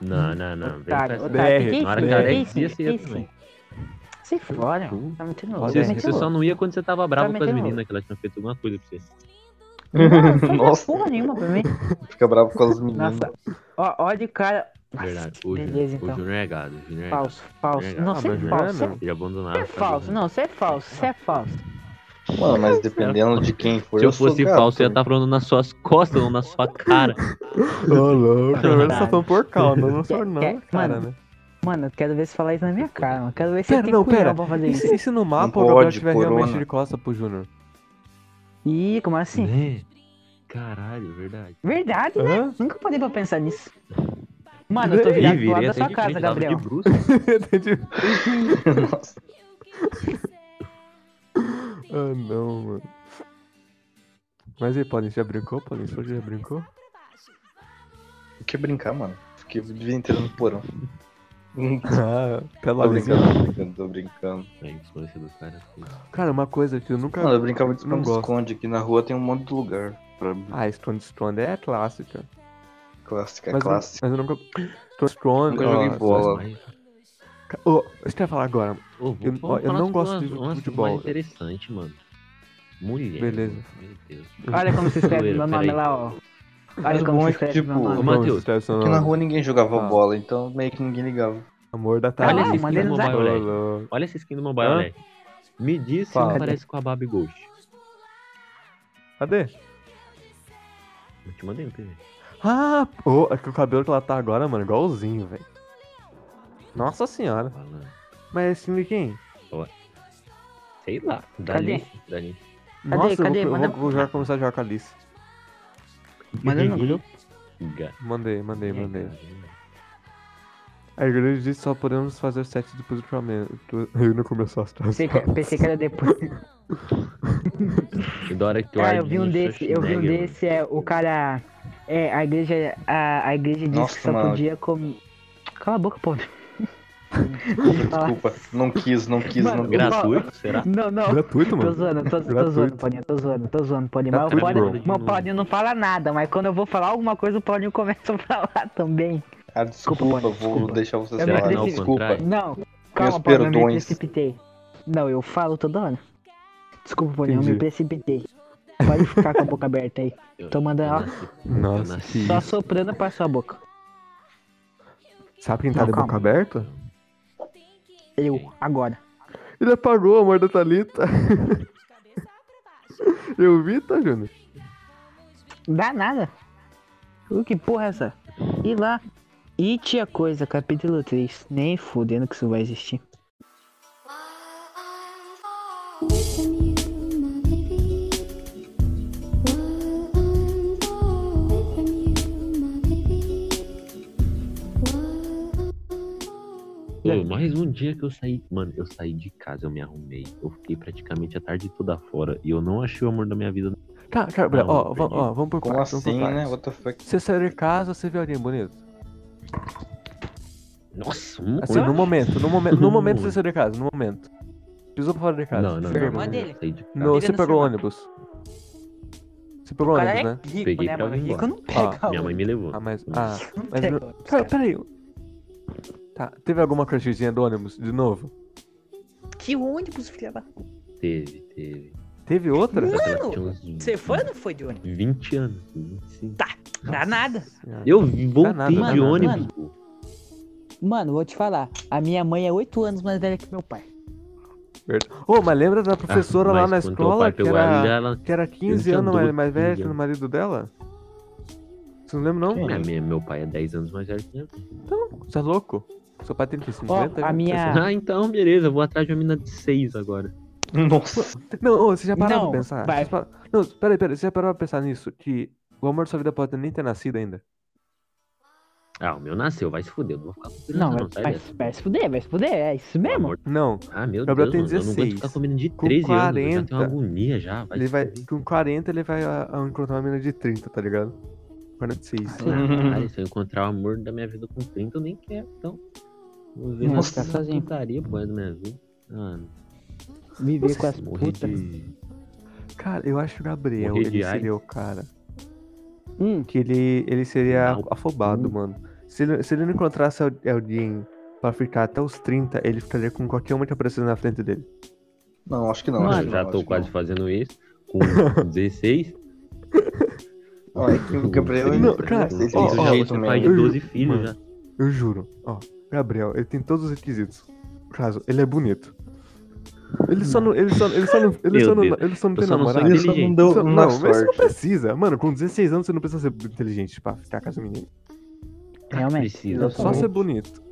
Speaker 4: Não, não, não. vem pra
Speaker 1: Otário,
Speaker 4: essa-
Speaker 1: otário.
Speaker 7: BR,
Speaker 1: Fiquei
Speaker 4: na hora que
Speaker 1: sim,
Speaker 4: era
Speaker 1: fiquei
Speaker 4: isso, ia
Speaker 1: sim,
Speaker 4: ser
Speaker 1: fiquei
Speaker 4: também.
Speaker 1: sim. Sei fora, mano. Tá mentindo louco.
Speaker 7: Você-
Speaker 1: tá mentindo
Speaker 4: Você só
Speaker 1: louco.
Speaker 4: não ia quando você tava bravo com as
Speaker 1: metendo louco.
Speaker 4: meninas, que elas tinham feito alguma coisa pra você.
Speaker 1: Não, não faz
Speaker 3: Nossa.
Speaker 1: porra nenhuma pra mim.
Speaker 3: Fica bravo com as meninas.
Speaker 1: Nossa, ó, ó de cara. Nossa,
Speaker 4: Verdade. O
Speaker 1: Beleza,
Speaker 4: Júnior o
Speaker 1: então.
Speaker 4: Júnior é gado. O Júnior é gado.
Speaker 1: Falso, falso.
Speaker 4: Verdade.
Speaker 1: Não,
Speaker 4: Ah,
Speaker 1: você é
Speaker 7: mas não é,
Speaker 1: falso. você é-
Speaker 7: não.
Speaker 4: Ele abandonava.
Speaker 1: Você é falso. Não, você é falso. Você é falso.
Speaker 3: Mano, mas dependendo de quem for,
Speaker 4: Se eu
Speaker 3: sou
Speaker 4: fosse
Speaker 3: gato.
Speaker 4: falso, eu ia
Speaker 3: [laughs]
Speaker 4: estar falando nas suas costas, não na sua
Speaker 1: [laughs]
Speaker 4: cara.
Speaker 7: Ô, louco. Pelo menos
Speaker 3: É
Speaker 7: só
Speaker 1: Verdade.
Speaker 7: tão por cal, não não sou
Speaker 1: Quer-
Speaker 7: não,
Speaker 1: quer-
Speaker 7: cara,
Speaker 1: mano,
Speaker 7: né?
Speaker 1: Mano, eu quero ver se falar isso na minha cara, mano. Quero ver se
Speaker 7: Pera,
Speaker 1: tem
Speaker 7: não,
Speaker 1: cunhão
Speaker 7: pera.
Speaker 1: pra fazer
Speaker 7: E
Speaker 1: isso.
Speaker 7: se, e se no mapa
Speaker 3: Não
Speaker 7: o Gabriel
Speaker 3: pode,
Speaker 7: tiver
Speaker 3: um corona.
Speaker 7: realmente de costa pro
Speaker 3: [laughs]
Speaker 7: Júnior?
Speaker 1: Ih, como assim?
Speaker 4: Né? Caralho, verdade.
Speaker 1: Verdade, né?
Speaker 7: Hã?
Speaker 1: Nunca parei pra pensar nisso. Mano, eu tô
Speaker 7: Ih,
Speaker 1: virado do
Speaker 4: virei
Speaker 1: lado da
Speaker 4: até
Speaker 1: sua
Speaker 4: assim, de
Speaker 1: casa,
Speaker 4: frente, tava
Speaker 1: Gabriel.
Speaker 4: de bruços.
Speaker 7: Entendi.
Speaker 3: Nossa.
Speaker 7: Ah, não, mano. Mas aí, Paulinho, você já brincou, Paulinho? Você já brincou?
Speaker 3: O que brincar, mano? Fiquei o dia inteiro no porão. Hum,
Speaker 7: Ah, pela
Speaker 3: Tô
Speaker 7: brincando.
Speaker 3: brincando, tô brincando, tô brincando.
Speaker 4: A influência do cara. foi-
Speaker 7: Cara, uma coisa que eu nunca...
Speaker 3: Mano, eu brincava de
Speaker 7: Não gosto.
Speaker 3: esconde-esconde. Aqui na rua tem um monte de lugar. Pra...
Speaker 7: Ah, Stone Stone é clássica.
Speaker 3: Clássica,
Speaker 7: Mas eu,
Speaker 3: É clássica.
Speaker 7: mas eu nunca... Stone Stone...
Speaker 3: Nunca joguei
Speaker 7: ó,
Speaker 3: bola.
Speaker 4: Mas-
Speaker 7: Ô, isso que eu ia falar agora.
Speaker 4: Ô,
Speaker 7: Eu-
Speaker 4: vamos
Speaker 7: ó, eu
Speaker 4: falar
Speaker 7: não
Speaker 4: de
Speaker 7: gosto
Speaker 4: umas-
Speaker 7: de
Speaker 4: umas
Speaker 7: futebol.
Speaker 4: mais interessante, mano. Mulher.
Speaker 7: Beleza.
Speaker 4: mano, Meu Deus.
Speaker 1: Olha como se escreve
Speaker 4: Zoeira,
Speaker 1: meu nome
Speaker 4: peraí.
Speaker 1: lá, ó.
Speaker 3: Mas
Speaker 1: Olha como
Speaker 3: bom
Speaker 1: se
Speaker 3: é que,
Speaker 1: escreve meu
Speaker 3: tipo,
Speaker 7: Ô,
Speaker 4: Ô,
Speaker 1: nome.
Speaker 4: Matheus,
Speaker 7: escreve seu
Speaker 3: Aqui na
Speaker 7: nome.
Speaker 3: rua ninguém jogava
Speaker 7: Ah.
Speaker 3: bola, então meio que ninguém ligava.
Speaker 7: Amor da
Speaker 4: Olha
Speaker 7: Thaís.
Speaker 4: esse skin
Speaker 1: mandei
Speaker 4: do
Speaker 1: no
Speaker 4: Mobile
Speaker 1: zap.
Speaker 7: Ô,
Speaker 4: Legends.
Speaker 7: louco.
Speaker 4: Olha esse skin do Mobile
Speaker 7: Hã?
Speaker 4: Legends. Me diz se
Speaker 7: Fala.
Speaker 4: não parece com a Babi Ghost.
Speaker 7: Cadê?
Speaker 4: Eu te mandei um PV.
Speaker 7: Ah, pô, é que o cabelo que ela tá agora, mano, igualzinho, velho. Nossa senhora.
Speaker 4: Falando.
Speaker 7: Mas é assim de quem?
Speaker 4: Sei lá.
Speaker 1: Cadê?
Speaker 4: Dali. Dali.
Speaker 7: Nossa, eu
Speaker 1: cadê?
Speaker 7: vou, eu
Speaker 1: Manda-
Speaker 7: vou- vou já começar a jogar com a Alice.
Speaker 1: Mas eu não.
Speaker 4: Giga.
Speaker 2: Mandei, mandei, mandei.
Speaker 7: A igreja disse só podemos fazer sete depois do [laughs] julgamento. Eu não começou as
Speaker 1: [laughs]
Speaker 7: frases.
Speaker 1: Pensei que, é, pensei que era depois.
Speaker 4: E da hora que o
Speaker 1: Cara, eu
Speaker 4: Armin
Speaker 1: vi um desse, eu vi um
Speaker 4: Schwarzenegger-
Speaker 1: desse, é o cara. É, a igreja. A, a igreja disse
Speaker 3: Nossa,
Speaker 1: que só
Speaker 3: mano.
Speaker 1: podia comer. Cala a boca, pô.
Speaker 3: Desculpa, não quis, não quis,
Speaker 1: Mano,
Speaker 3: não quis.
Speaker 4: É um Gratuito, será?
Speaker 1: Não, não.
Speaker 7: Gratuito,
Speaker 1: Tô
Speaker 7: mano.
Speaker 1: zoando, tô, tô
Speaker 7: Gratuito.
Speaker 1: zoando, Paulinho, tô zoando, tô zoando, Paulinho. Mas o
Speaker 7: Gratuito,
Speaker 1: Paulinho,
Speaker 4: bro.
Speaker 1: mas o Paulinho não fala nada, mas quando eu vou falar alguma coisa, o Paulinho [laughs] começa a falar também.
Speaker 3: Ah, desculpa,
Speaker 1: Desculpa,
Speaker 3: eu vou
Speaker 1: desculpa.
Speaker 3: deixar você
Speaker 1: Eu
Speaker 4: Será
Speaker 1: me
Speaker 4: que não
Speaker 3: falar.
Speaker 4: é o
Speaker 1: preciso-
Speaker 3: Desculpa.
Speaker 4: contrário?
Speaker 1: Não, calma, Paulinho,
Speaker 3: Meus
Speaker 1: eu me
Speaker 3: perdões.
Speaker 1: precipitei. Não, eu falo toda hora. Desculpa, Paulinho, eu me
Speaker 7: Entendi.
Speaker 1: precipitei. Pode ficar com a boca aberta aí.
Speaker 4: Eu-
Speaker 1: Tô mandando,
Speaker 4: eu
Speaker 1: ó,
Speaker 4: nasci-
Speaker 7: Nossa,
Speaker 4: Eu
Speaker 7: que
Speaker 4: nasci-
Speaker 1: só
Speaker 7: isso.
Speaker 1: soprando pra sua boca.
Speaker 7: Sabe quem tá
Speaker 1: Não,
Speaker 7: de boca
Speaker 1: calma.
Speaker 7: aberta?
Speaker 1: Eu, agora.
Speaker 7: Ele apagou o amor da Thalita. [laughs] Eu vi, tá, Júnior?
Speaker 1: Dá nada. O que porra é essa? E lá. E tia coisa, capítulo 3. Nem fudendo que isso vai existir.
Speaker 4: Pô, mais um dia que eu saí. Mano, eu saí de casa, eu me arrumei. Eu fiquei praticamente a tarde toda fora. E eu não achei o amor da minha vida.
Speaker 7: Tá,
Speaker 2: Cara, cara,
Speaker 4: Não,
Speaker 2: ó,
Speaker 4: não
Speaker 2: va- ó,
Speaker 4: perdi.
Speaker 2: vamos por
Speaker 3: Como
Speaker 2: partes, vamos por
Speaker 3: assim, né?
Speaker 2: partes.
Speaker 3: What the fuck?
Speaker 2: Você saiu de casa, você viu alguém bonito?
Speaker 4: Nossa, um
Speaker 2: Assim, no momento, no momento, no momento você saiu de casa, no momento. Pisou pra fora de casa.
Speaker 4: Não, não, não.
Speaker 2: você
Speaker 1: Irmã
Speaker 2: pegou-
Speaker 4: não,
Speaker 1: dele.
Speaker 4: eu saí de casa.
Speaker 2: não, você
Speaker 1: Ele não
Speaker 2: pegou
Speaker 1: saiu.
Speaker 2: ônibus. Você pegou
Speaker 1: O cara
Speaker 2: ônibus,
Speaker 1: é
Speaker 2: né?
Speaker 1: rico,
Speaker 4: Peguei
Speaker 1: né,
Speaker 4: pra
Speaker 1: mano?
Speaker 4: ir embora.
Speaker 1: Rico não pega
Speaker 2: Ah,
Speaker 4: Minha mãe me levou.
Speaker 2: Ah, mas. Ah, mas.
Speaker 1: pega
Speaker 2: Cara,
Speaker 1: ônibus, cara.
Speaker 2: peraí. Tá, teve alguma crushzinha do ônibus de novo?
Speaker 1: Que ônibus, filha da...
Speaker 4: Teve, teve.
Speaker 2: Teve outra?
Speaker 4: Só que ela
Speaker 1: Mano,
Speaker 4: tinha uns
Speaker 1: Você foi ou não foi de ônibus?
Speaker 4: 20 anos, 25.
Speaker 1: Dá nada.
Speaker 4: Eu vi- voltei
Speaker 2: Tá Danado,
Speaker 4: de
Speaker 2: danado.
Speaker 4: ônibus. pô.
Speaker 1: Mano, vou te falar. A minha mãe é 8 anos mais velha que meu pai.
Speaker 2: Ô, mas lembra da professora
Speaker 4: Ah,
Speaker 2: lá
Speaker 4: mas
Speaker 2: na
Speaker 4: quando teu
Speaker 2: escola
Speaker 4: pai
Speaker 2: que
Speaker 4: pegou ela,
Speaker 2: era,
Speaker 4: ela-
Speaker 2: que era 15
Speaker 4: tinha
Speaker 2: anos mais,
Speaker 4: doze,
Speaker 2: mais velha que
Speaker 4: quinze
Speaker 2: o marido dela? Você não lembra, não?
Speaker 4: Minha- minha- meu pai é 10 anos mais velho que eu.
Speaker 2: Você é louco? Seu pai tem que 50,
Speaker 1: Ó,
Speaker 2: 50?
Speaker 1: a minha-
Speaker 4: Ah, então, beleza, eu vou atrás de uma mina de 6 agora.
Speaker 3: [laughs] Nossa.
Speaker 2: Não, ô, você já parou
Speaker 1: Não,
Speaker 2: pra pensar?
Speaker 1: vai.
Speaker 2: Vocês pa- Não, peraí, peraí, você já parou pra pensar nisso? Que o amor da sua vida pode nem ter nascido ainda.
Speaker 4: Ah, o meu nasceu, vai se fuder, eu não vou ficar com
Speaker 1: Não, tá vai,
Speaker 4: sai
Speaker 1: vai-
Speaker 4: dessa.
Speaker 1: vai se fuder, vai se fuder. É isso mesmo.
Speaker 4: Amor-
Speaker 2: Não,
Speaker 4: Ah, meu
Speaker 2: Gabriel
Speaker 4: Deus,
Speaker 2: tem
Speaker 4: mano, eu não aguento
Speaker 2: 16.
Speaker 4: ficar com menino de
Speaker 2: Com
Speaker 4: 13 anos, eu já
Speaker 2: 40.
Speaker 4: tenho uma agonia já. Vai
Speaker 2: ele
Speaker 4: se
Speaker 2: vai.
Speaker 4: fuder.
Speaker 2: Com 40 ele vai a, a encontrar uma mina de 30, tá ligado? 46.
Speaker 4: Caralho, se eu encontrar o amor da minha vida com 30, eu nem quero, então. Vou ver
Speaker 1: Nossa,
Speaker 4: nessa
Speaker 1: sozinho.
Speaker 4: putaria, pô, da minha vida. Mano,
Speaker 1: Viver com as
Speaker 4: morrer
Speaker 1: putas.
Speaker 4: de...
Speaker 2: Cara, eu acho que o Gabriel,
Speaker 4: Morrer de
Speaker 2: ele
Speaker 4: AIDS.
Speaker 2: seria o cara.
Speaker 1: Hum,
Speaker 2: Que ele, ele seria
Speaker 4: Não.
Speaker 2: afobado,
Speaker 4: Hum.
Speaker 2: mano. Se ele, se ele não encontrasse al- alguém pra ficar até os 30, ele ficaria com qualquer uma que aparecesse na frente dele.
Speaker 3: Não, acho que não. acho
Speaker 4: Mano,
Speaker 3: que
Speaker 4: eu já
Speaker 3: não,
Speaker 4: tô
Speaker 3: acho que
Speaker 4: quase
Speaker 3: não.
Speaker 4: fazendo isso, com
Speaker 3: [laughs]
Speaker 4: 16.
Speaker 3: Ó, é que o Gabriel. ele-
Speaker 2: Não, cara,
Speaker 3: ele tem
Speaker 2: ó,
Speaker 3: esse
Speaker 2: ó,
Speaker 3: jeito
Speaker 4: é pai de
Speaker 3: mesmo.
Speaker 2: eu-
Speaker 4: 12 filhos
Speaker 2: mano.
Speaker 4: já.
Speaker 2: Eu juro, ó, Gabriel, ele tem todos os requisitos. No Caso, ele é bonito. Ele só não. Ele só, ele só não. Ele
Speaker 4: Meu
Speaker 2: só não,
Speaker 4: Deus.
Speaker 2: ele só não
Speaker 4: Eu
Speaker 2: tem
Speaker 4: só não sou
Speaker 2: namorado.
Speaker 3: Ele só não
Speaker 4: inteligente.
Speaker 3: deu
Speaker 2: Só-
Speaker 3: na
Speaker 2: não, mas você não
Speaker 3: sorte.
Speaker 2: precisa. Mano, com 16 anos você não precisa ser inteligente pra ficar com as meninas.
Speaker 1: realmente.
Speaker 4: Precisa.
Speaker 3: Tá
Speaker 2: Só
Speaker 3: bom.
Speaker 2: ser bonito.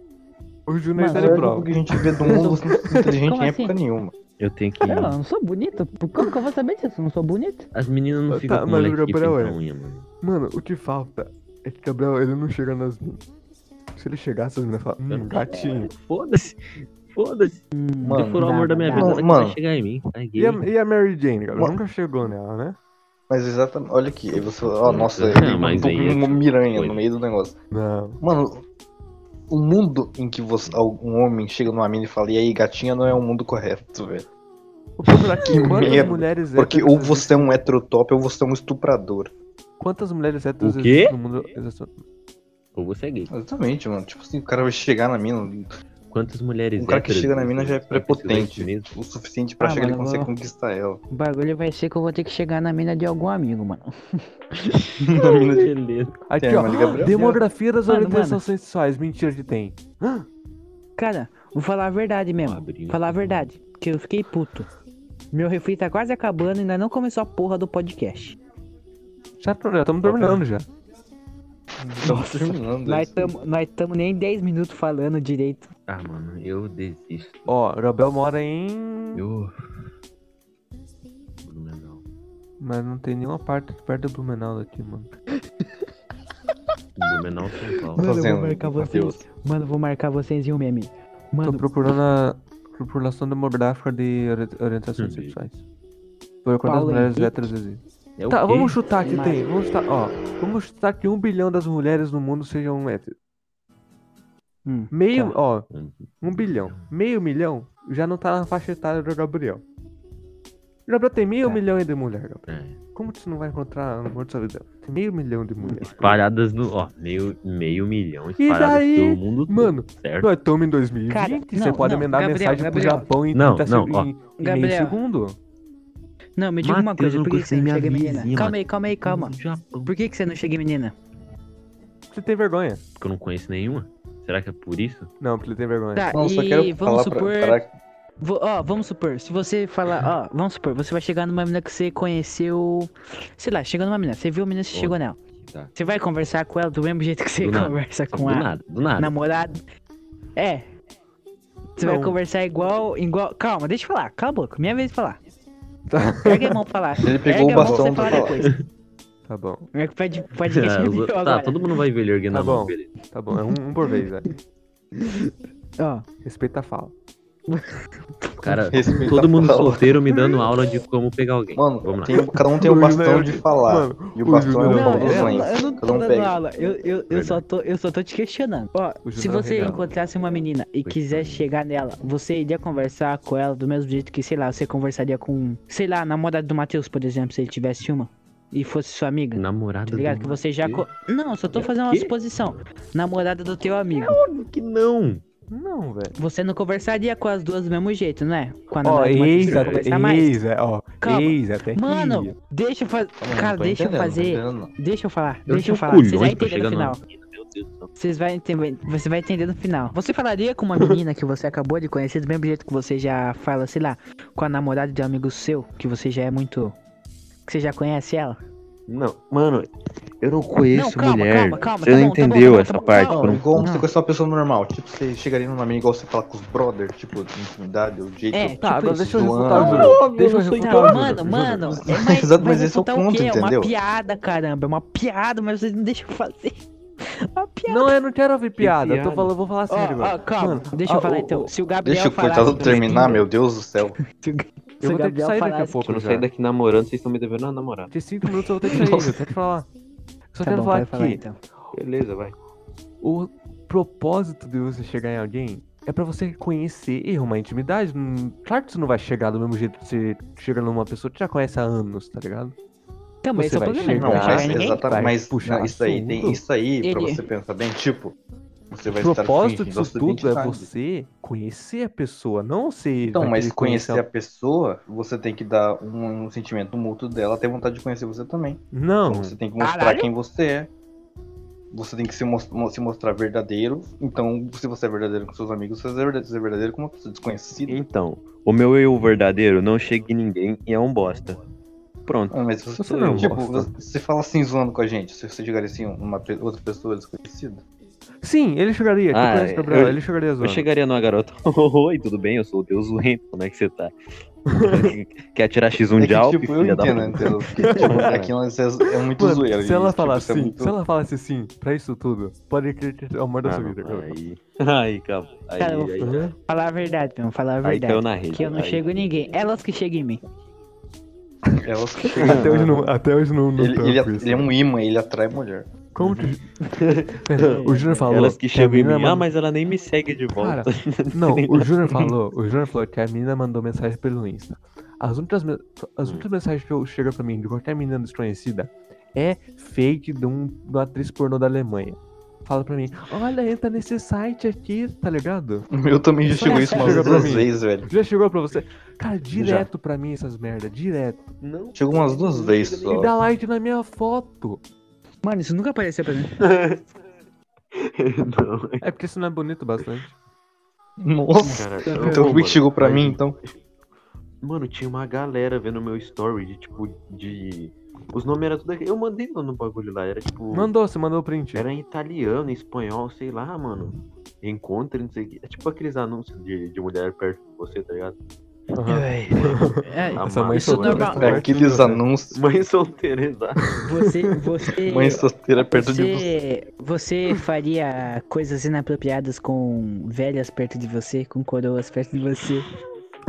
Speaker 2: O Júnior
Speaker 1: Mas
Speaker 2: tá
Speaker 3: Mas
Speaker 2: de
Speaker 3: é
Speaker 2: prova.
Speaker 3: o que a gente vê do mundo você não
Speaker 4: [laughs]
Speaker 3: é inteligente
Speaker 1: Como
Speaker 3: em
Speaker 1: assim?
Speaker 3: época nenhuma.
Speaker 4: Eu tenho que.
Speaker 1: Eu não sou bonito. Como que eu vou saber disso? Eu não sou bonito?
Speaker 4: As meninas não
Speaker 2: Tá,
Speaker 4: ficam com
Speaker 2: mas o
Speaker 4: moleque que
Speaker 2: Gabriel
Speaker 4: pinta
Speaker 2: é.
Speaker 4: unha, mano.
Speaker 2: Mano, o que falta é que o Gabriel ele não chega nas minas. Se ele chegasse, as minas falam,
Speaker 4: Eu
Speaker 3: um
Speaker 2: hum,
Speaker 4: não-
Speaker 2: gatinho.
Speaker 4: Foda-se. Foda-se.
Speaker 3: Mano,
Speaker 4: Se for o amor da minha vida,
Speaker 3: Não,
Speaker 4: ela que
Speaker 3: mano.
Speaker 4: vai chegar em mim. Tá gay.
Speaker 2: E a, e a Mary Jane, Gabriel?
Speaker 3: Mano.
Speaker 2: Nunca chegou nela, né?
Speaker 3: Mas exatamente. Olha aqui, aí você. Ó, nossa,
Speaker 4: Não,
Speaker 3: ele
Speaker 4: mas
Speaker 3: botou
Speaker 4: aí é
Speaker 3: um
Speaker 4: outra
Speaker 3: miranha
Speaker 4: coisa.
Speaker 3: no meio do negócio.
Speaker 2: Não.
Speaker 3: Mano, o mundo em que você, um homem chega numa mina e fala, e aí, gatinha, não é o mundo correto, velho.
Speaker 2: O problema é que quantas
Speaker 3: merda.
Speaker 2: mulheres
Speaker 3: Porque
Speaker 2: héteras
Speaker 3: ou você é um heterotop ou você é um estuprador.
Speaker 2: Quantas mulheres héteras
Speaker 4: O quê?
Speaker 2: existem no mundo? Exato.
Speaker 4: Ou você é gay.
Speaker 3: Exatamente, mano. Tipo assim, o cara vai chegar na mina.
Speaker 4: Quantas mulheres
Speaker 3: Um cara que
Speaker 4: héteras
Speaker 3: chega na mina já é
Speaker 4: precisam
Speaker 3: prepotente.
Speaker 4: disso mesmo?
Speaker 3: O suficiente pra
Speaker 1: Ah,
Speaker 3: chegar ele
Speaker 1: mano, eu
Speaker 3: consegue
Speaker 1: vou-
Speaker 3: conquistar [laughs] ela.
Speaker 1: O bagulho vai ser que eu vou ter que chegar na mina de algum amigo, mano.
Speaker 3: na mina
Speaker 4: [laughs]
Speaker 3: de...
Speaker 4: Beleza.
Speaker 2: Aqui,
Speaker 3: Tem
Speaker 2: ó.
Speaker 3: uma de Gabriel?
Speaker 2: Demografia das
Speaker 1: Mano,
Speaker 2: orientações sexuais. Mentira que tem.
Speaker 1: Cara, vou falar a verdade mesmo.
Speaker 4: Abrindo.
Speaker 1: Falar a verdade, que eu fiquei puto. Meu refri tá quase acabando e ainda não começou a porra do podcast.
Speaker 2: Já estamos terminando já.
Speaker 3: Estamos Tá terminando.
Speaker 1: Nós
Speaker 3: isso.
Speaker 1: tamo, nós tamo nem 10 minutos falando direito.
Speaker 4: Ah, mano, eu desisto.
Speaker 2: Ó, Gabriel mora em.
Speaker 4: Eu. Blumenau.
Speaker 2: Mas não tem nenhuma parte perto do Blumenau daqui, mano.
Speaker 4: Blumenau, São
Speaker 1: Mano, eu
Speaker 4: Paulo.
Speaker 1: vou
Speaker 3: fazendo,
Speaker 1: marcar
Speaker 3: Matheus.
Speaker 1: vocês. Mano, eu vou marcar vocês em um meme. Mano,
Speaker 2: Tô procurando a população demográfica de ori- orientações
Speaker 4: Entendi.
Speaker 2: sexuais. Por quantas
Speaker 1: Paulo
Speaker 2: mulheres
Speaker 1: Henrique.
Speaker 2: héteros existem.
Speaker 4: É o
Speaker 2: Tá,
Speaker 4: quê?
Speaker 2: vamos chutar que
Speaker 1: Tem
Speaker 2: tem. Vamos chutar, ó. Vamos chutar que um bilhão das mulheres no mundo sejam héteros.
Speaker 1: Hum,
Speaker 2: Meio,
Speaker 1: tá.
Speaker 2: ó, um bilhão. Meio milhão já não tá na faixa etária do Gabriel. O Gabriel tem meio
Speaker 1: Tá.
Speaker 2: milhão aí de mulher, Gabriel.
Speaker 4: É.
Speaker 2: Como que você não vai encontrar no amor da sua vida? Tem meio milhão de mulheres.
Speaker 4: Espalhadas no. Ó, meio, meio milhão
Speaker 2: E
Speaker 4: espalhadas
Speaker 2: daí,
Speaker 4: pelo mundo todo,
Speaker 2: Mano,
Speaker 4: certo?
Speaker 2: nós estamos em 2020.
Speaker 1: Cara,
Speaker 2: você
Speaker 1: não,
Speaker 2: pode
Speaker 1: não,
Speaker 2: mandar
Speaker 1: Gabriel,
Speaker 2: mensagem
Speaker 1: Gabriel.
Speaker 2: pro Japão em
Speaker 4: Não,
Speaker 2: 30
Speaker 4: não,
Speaker 2: seg-
Speaker 4: ó.
Speaker 2: em- em meio
Speaker 1: Gabriel.
Speaker 2: segundo.
Speaker 1: Não, me diga uma
Speaker 4: Matheus,
Speaker 1: coisa,
Speaker 4: eu não
Speaker 1: por que, que você
Speaker 4: consigo
Speaker 1: não
Speaker 4: minha
Speaker 1: chega em menina?
Speaker 4: vizinha,
Speaker 1: calma aí, calma aí,
Speaker 4: Hum,
Speaker 1: calma.
Speaker 4: Japão,
Speaker 1: Por que, que você não chega em menina?
Speaker 2: Você tem vergonha.
Speaker 4: porque eu não conheço nenhuma. Será que é por isso?
Speaker 2: Não, porque ele tem vergonha.
Speaker 1: Tá,
Speaker 3: Não,
Speaker 1: e
Speaker 3: só quero
Speaker 1: vamos
Speaker 3: falar
Speaker 1: supor.
Speaker 3: pra, pra-
Speaker 1: vo- ó, vamos supor, se você falar, ó, vamos supor, você vai chegar numa menina que você conheceu. Sei lá, chegou numa menina, você viu a menina, você
Speaker 4: Ó,
Speaker 1: chegou nela.
Speaker 4: tá.
Speaker 1: Você vai conversar com ela do mesmo jeito que você
Speaker 4: Do nada,
Speaker 1: conversa
Speaker 4: Só que
Speaker 1: com
Speaker 4: do
Speaker 1: a
Speaker 4: nada, do nada.
Speaker 1: namorada. É. Você vai
Speaker 2: Não.
Speaker 1: conversar igual, igual. Calma, deixa eu falar, cala a boca, minha vez de
Speaker 3: [laughs]
Speaker 1: falar.
Speaker 2: Tá.
Speaker 1: Ergue a mão pra falar.
Speaker 3: Ele pegou
Speaker 1: Ergue
Speaker 3: o
Speaker 1: a mão pra
Speaker 3: bastão
Speaker 1: você
Speaker 3: pra
Speaker 1: falar
Speaker 3: falar.
Speaker 1: depois.
Speaker 3: [laughs]
Speaker 2: Tá bom,
Speaker 1: É que pode,
Speaker 4: É,
Speaker 1: pode
Speaker 4: [laughs]
Speaker 1: que [laughs]
Speaker 4: os
Speaker 1: me
Speaker 4: outros-
Speaker 1: deu
Speaker 4: tá,
Speaker 1: agora.
Speaker 4: todo mundo vai ver ele erguendo
Speaker 2: Tá
Speaker 4: a mão,
Speaker 2: bom.
Speaker 4: beleza.
Speaker 2: tá bom. É um, um por vez, velho.
Speaker 1: Ó,
Speaker 2: Respeita a fala.
Speaker 4: Cara,
Speaker 3: Respeita
Speaker 4: todo
Speaker 3: a
Speaker 4: mundo
Speaker 3: fala.
Speaker 4: solteiro me dando aula de como pegar alguém.
Speaker 3: Mano,
Speaker 4: vamos lá.
Speaker 3: tem, cada um tem um
Speaker 2: O
Speaker 3: bastão
Speaker 2: Júnior-
Speaker 3: de falar.
Speaker 2: Mano,
Speaker 3: E o
Speaker 2: o
Speaker 3: bastão é
Speaker 2: Júnior-
Speaker 3: o
Speaker 1: Não,
Speaker 3: pão dos
Speaker 1: eu,
Speaker 2: Não,
Speaker 1: não-
Speaker 3: mães.
Speaker 1: eu não tô
Speaker 3: Cada um
Speaker 1: dando
Speaker 3: pega.
Speaker 1: aula. Eu, eu, eu, só tô, eu só tô te questionando. Ó,
Speaker 2: O
Speaker 1: se
Speaker 2: Júnior
Speaker 1: você
Speaker 2: arregala.
Speaker 1: encontrasse uma menina e
Speaker 4: Coitado.
Speaker 1: quiser chegar nela, você iria conversar com ela do mesmo jeito que, sei lá, você conversaria com, sei lá, a namorada do Matheus, por exemplo, se ele tivesse uma e fosse sua amiga.
Speaker 4: Namorada
Speaker 1: Tá ligado?
Speaker 4: do
Speaker 1: Que você já. Co...
Speaker 4: Matheus?
Speaker 1: Não, só tô
Speaker 4: É
Speaker 1: fazendo uma
Speaker 4: quê?
Speaker 1: suposição. Namorada do teu amigo.
Speaker 4: Que não.
Speaker 2: Não, velho.
Speaker 1: Você não conversaria com as duas do mesmo jeito, né? Com a
Speaker 2: Ó,
Speaker 1: namorada do Matheus,
Speaker 2: eis
Speaker 1: você
Speaker 2: até,
Speaker 1: conversar mais.
Speaker 2: eis, é, ó.
Speaker 1: Calma.
Speaker 2: Eis até que...
Speaker 1: Mano, deixa eu fazer.
Speaker 3: Mano,
Speaker 1: Cara,
Speaker 3: não tô
Speaker 1: deixa eu
Speaker 3: entendendo, não tô
Speaker 1: fazer.
Speaker 3: entendendo.
Speaker 1: Deixa eu falar,
Speaker 4: Eu
Speaker 1: deixa eu
Speaker 4: tenho
Speaker 1: falar. Vocês vão
Speaker 4: culhões pra
Speaker 1: entender no
Speaker 4: chegar
Speaker 1: final.
Speaker 4: numa menina, Meu Deus do céu.
Speaker 1: Vocês vai entender, você vai entender no final. Você falaria com uma menina que você acabou de conhecer do mesmo jeito que você já fala, sei lá, com a namorada de um amigo seu, que você já é muito. Que você já conhece ela?
Speaker 4: Não, mano, eu não conheço
Speaker 1: Não, calma,
Speaker 4: mulher.
Speaker 1: calma, calma,
Speaker 4: você
Speaker 1: tá
Speaker 4: não
Speaker 1: bom, tá bom,
Speaker 4: entendeu
Speaker 1: tá bom,
Speaker 4: essa
Speaker 1: tá bom,
Speaker 4: parte. um
Speaker 1: calma.
Speaker 3: Não,
Speaker 4: Bruno.
Speaker 3: igual você
Speaker 1: Não.
Speaker 3: conhecer uma pessoa normal. Tipo, você chegaria numa amiga igual você fala com os brothers, tipo, de intimidade, o jeito.
Speaker 1: É,
Speaker 2: Tá, agora
Speaker 1: tipo
Speaker 2: deixa eu
Speaker 3: isso,
Speaker 2: refutar o
Speaker 3: zoando.
Speaker 2: Júnior. Deixa eu refutar o
Speaker 1: Não,
Speaker 2: Júnior.
Speaker 1: mano, mano.
Speaker 3: Júnior.
Speaker 1: É mais,
Speaker 3: Exato, mas
Speaker 1: vai
Speaker 3: esse é o
Speaker 1: contar
Speaker 3: ponto,
Speaker 1: quê? É uma
Speaker 3: entendeu?
Speaker 1: piada, caramba. É uma piada, mas vocês não deixam eu fazer. [laughs] Uma piada.
Speaker 2: Não, eu não quero ouvir piada. Eu tô
Speaker 4: piada.
Speaker 2: falando, vou falar
Speaker 1: Ó,
Speaker 2: sério,
Speaker 1: ó,
Speaker 2: mano.
Speaker 1: calma,
Speaker 2: Mano,
Speaker 1: deixa eu
Speaker 2: ó,
Speaker 1: falar
Speaker 2: ó,
Speaker 1: então.
Speaker 2: ó,
Speaker 1: Se o Gabriel
Speaker 3: Deixa o
Speaker 1: falasse
Speaker 3: coitado
Speaker 1: do
Speaker 3: terminar,
Speaker 1: Gabriel-
Speaker 3: meu Deus do céu.
Speaker 1: Se o Ga- se o
Speaker 2: Eu vou ter que
Speaker 1: Gabriel
Speaker 2: sair daqui a
Speaker 1: falasse-
Speaker 2: pouco
Speaker 4: Se eu não
Speaker 2: já.
Speaker 4: sair daqui namorando, vocês estão me devendo uma namorada.
Speaker 2: De 5 minutos eu vou ter que sair, eu tenho que falar. Só
Speaker 1: Tá
Speaker 2: quero
Speaker 1: bom,
Speaker 2: falar
Speaker 1: vai
Speaker 2: que
Speaker 1: falar então.
Speaker 4: Beleza, vai.
Speaker 2: o propósito de você chegar em alguém é pra você conhecer e arrumar intimidade. Hum, Claro que você não vai chegar do mesmo jeito que você chega numa pessoa que já conhece há anos, tá ligado?
Speaker 1: Também esse
Speaker 2: Você
Speaker 1: é o
Speaker 2: vai
Speaker 1: problema. ele
Speaker 2: chegar,
Speaker 3: Não,
Speaker 1: Não, vai
Speaker 3: mas
Speaker 1: chegar ninguém.
Speaker 2: exato. vai
Speaker 3: exatamente. Mas
Speaker 2: puxar
Speaker 3: não, isso aí,
Speaker 2: assunto.
Speaker 3: tem isso aí pra
Speaker 1: Ele-
Speaker 3: você pensar bem, tipo, você vai
Speaker 2: O propósito
Speaker 3: estar fingindo a
Speaker 2: disso
Speaker 3: sua
Speaker 2: tudo é
Speaker 3: identidade.
Speaker 2: você conhecer a pessoa, não ser.
Speaker 3: Então, mas
Speaker 2: aquele
Speaker 3: conhecer a
Speaker 2: conhecer-
Speaker 3: pessoa, você tem que dar um, um sentimento mútuo dela ter vontade de conhecer você também.
Speaker 2: Não,
Speaker 3: Então, você tem que mostrar
Speaker 1: Caralho.
Speaker 3: quem você é. Você tem que se, mos- mo- se mostrar verdadeiro. Então, se você é verdadeiro com seus amigos, você é verdadeiro, você é verdadeiro com uma pessoa desconhecida.
Speaker 4: Então, o meu eu verdadeiro não chega em ninguém e é um bosta. Pronto.
Speaker 3: Ah, Mas você,
Speaker 2: Você não é um
Speaker 3: tipo,
Speaker 2: bosta.
Speaker 3: você fala assim zoando com a gente, se você chegaria assim, uma pe- outra pessoa desconhecida.
Speaker 2: Sim, ele chegaria.
Speaker 4: Ah,
Speaker 2: tu conhece o Gabriel,
Speaker 4: eu-
Speaker 2: ele chegaria
Speaker 4: Eu
Speaker 2: zoando.
Speaker 4: chegaria numa garota. [laughs] Oi, tudo bem? Eu sou o Deus Zoento. Como é que você tá? [laughs] Quer tirar X1
Speaker 3: é
Speaker 4: de
Speaker 3: que,
Speaker 4: álcool,
Speaker 3: tipo, eu
Speaker 4: filha da
Speaker 3: entendo,
Speaker 2: [laughs]
Speaker 4: puta?
Speaker 3: entendeu? Porque, tipo, aqui nós é, é muito
Speaker 2: Mano,
Speaker 3: zoeira.
Speaker 2: se ela
Speaker 3: gente,
Speaker 2: falar
Speaker 3: tipo, isso
Speaker 2: assim,
Speaker 3: é muito-
Speaker 2: se ela falasse sim pra isso tudo, pode crer que é o amor da
Speaker 4: Ah,
Speaker 2: sua
Speaker 4: não,
Speaker 2: vida. cara.
Speaker 4: aí, [laughs] aí, calma. Aí,
Speaker 1: Cara, eu-
Speaker 4: aí, aí,
Speaker 2: Uhum.
Speaker 1: Falar a verdade, meu. Falar a verdade.
Speaker 4: caiu na rede.
Speaker 1: que eu não
Speaker 4: aí.
Speaker 1: chego em ninguém. Elas que chegam em mim.
Speaker 3: [laughs] Elas que
Speaker 2: Até hoje não, até hoje não, não
Speaker 3: Ele,
Speaker 2: tanto
Speaker 3: ele,
Speaker 2: isso.
Speaker 3: ele é um imã, ele atrai mulher.
Speaker 2: Como tu... Pera, [laughs] o Júnior falou.
Speaker 4: Elas que
Speaker 2: a
Speaker 4: chegam em
Speaker 2: menina
Speaker 4: mim. Ah,
Speaker 2: mandou-
Speaker 4: mas ela nem me segue de volta.
Speaker 2: Cara, não, o Júnior falou, o Júnior falou que a menina mandou mensagem pelo Insta. As únicas, me-
Speaker 4: Hum.
Speaker 2: as únicas mensagens que eu- chegam pra mim de qualquer menina desconhecida é fake de, um, de uma atriz pornô da Alemanha. Fala pra mim, olha, entra nesse site aqui, tá ligado?
Speaker 3: O meu também já
Speaker 1: Só
Speaker 3: chegou
Speaker 1: essa
Speaker 3: isso umas
Speaker 2: chegou pra
Speaker 3: duas
Speaker 2: mim.
Speaker 3: vezes, velho.
Speaker 2: Já chegou pra você? Cara, direto pra mim essas merda, direto.
Speaker 4: [laughs] Não.
Speaker 3: Chegou umas duas vezes
Speaker 2: E dá
Speaker 3: só.
Speaker 2: like na minha foto.
Speaker 1: Mano, isso nunca apareceu pra mim.
Speaker 4: não. né,
Speaker 2: É porque isso não é bonito bastante.
Speaker 4: [laughs]
Speaker 3: Nossa.
Speaker 4: Cara,
Speaker 1: Tá
Speaker 3: Então
Speaker 4: ô,
Speaker 3: o que
Speaker 4: mano,
Speaker 3: chegou pra
Speaker 4: aí-
Speaker 3: mim, então?
Speaker 4: Mano, tinha uma galera vendo meu story de tipo, de. Os nomes eram tudo. Eu mandei no bagulho lá, era tipo.
Speaker 2: Mandou, você mandou o print.
Speaker 4: Era em italiano, em espanhol, sei lá, mano. Encontre, não sei o que. É tipo aqueles anúncios de, de mulher perto de você, tá ligado? [laughs]
Speaker 1: Ai, ai.
Speaker 4: Ah,
Speaker 9: Essa mãe
Speaker 1: é, Isso
Speaker 9: solteira.
Speaker 1: normal.
Speaker 9: tá
Speaker 3: É
Speaker 9: certo,
Speaker 3: aqueles
Speaker 9: tá certo.
Speaker 3: anúncios.
Speaker 4: Mãe solteira, exato.
Speaker 1: Você, você,
Speaker 3: Mãe solteira perto de você.
Speaker 1: você, você faria coisas inapropriadas com velhas perto de você, com coroas perto de
Speaker 4: [laughs]
Speaker 1: você.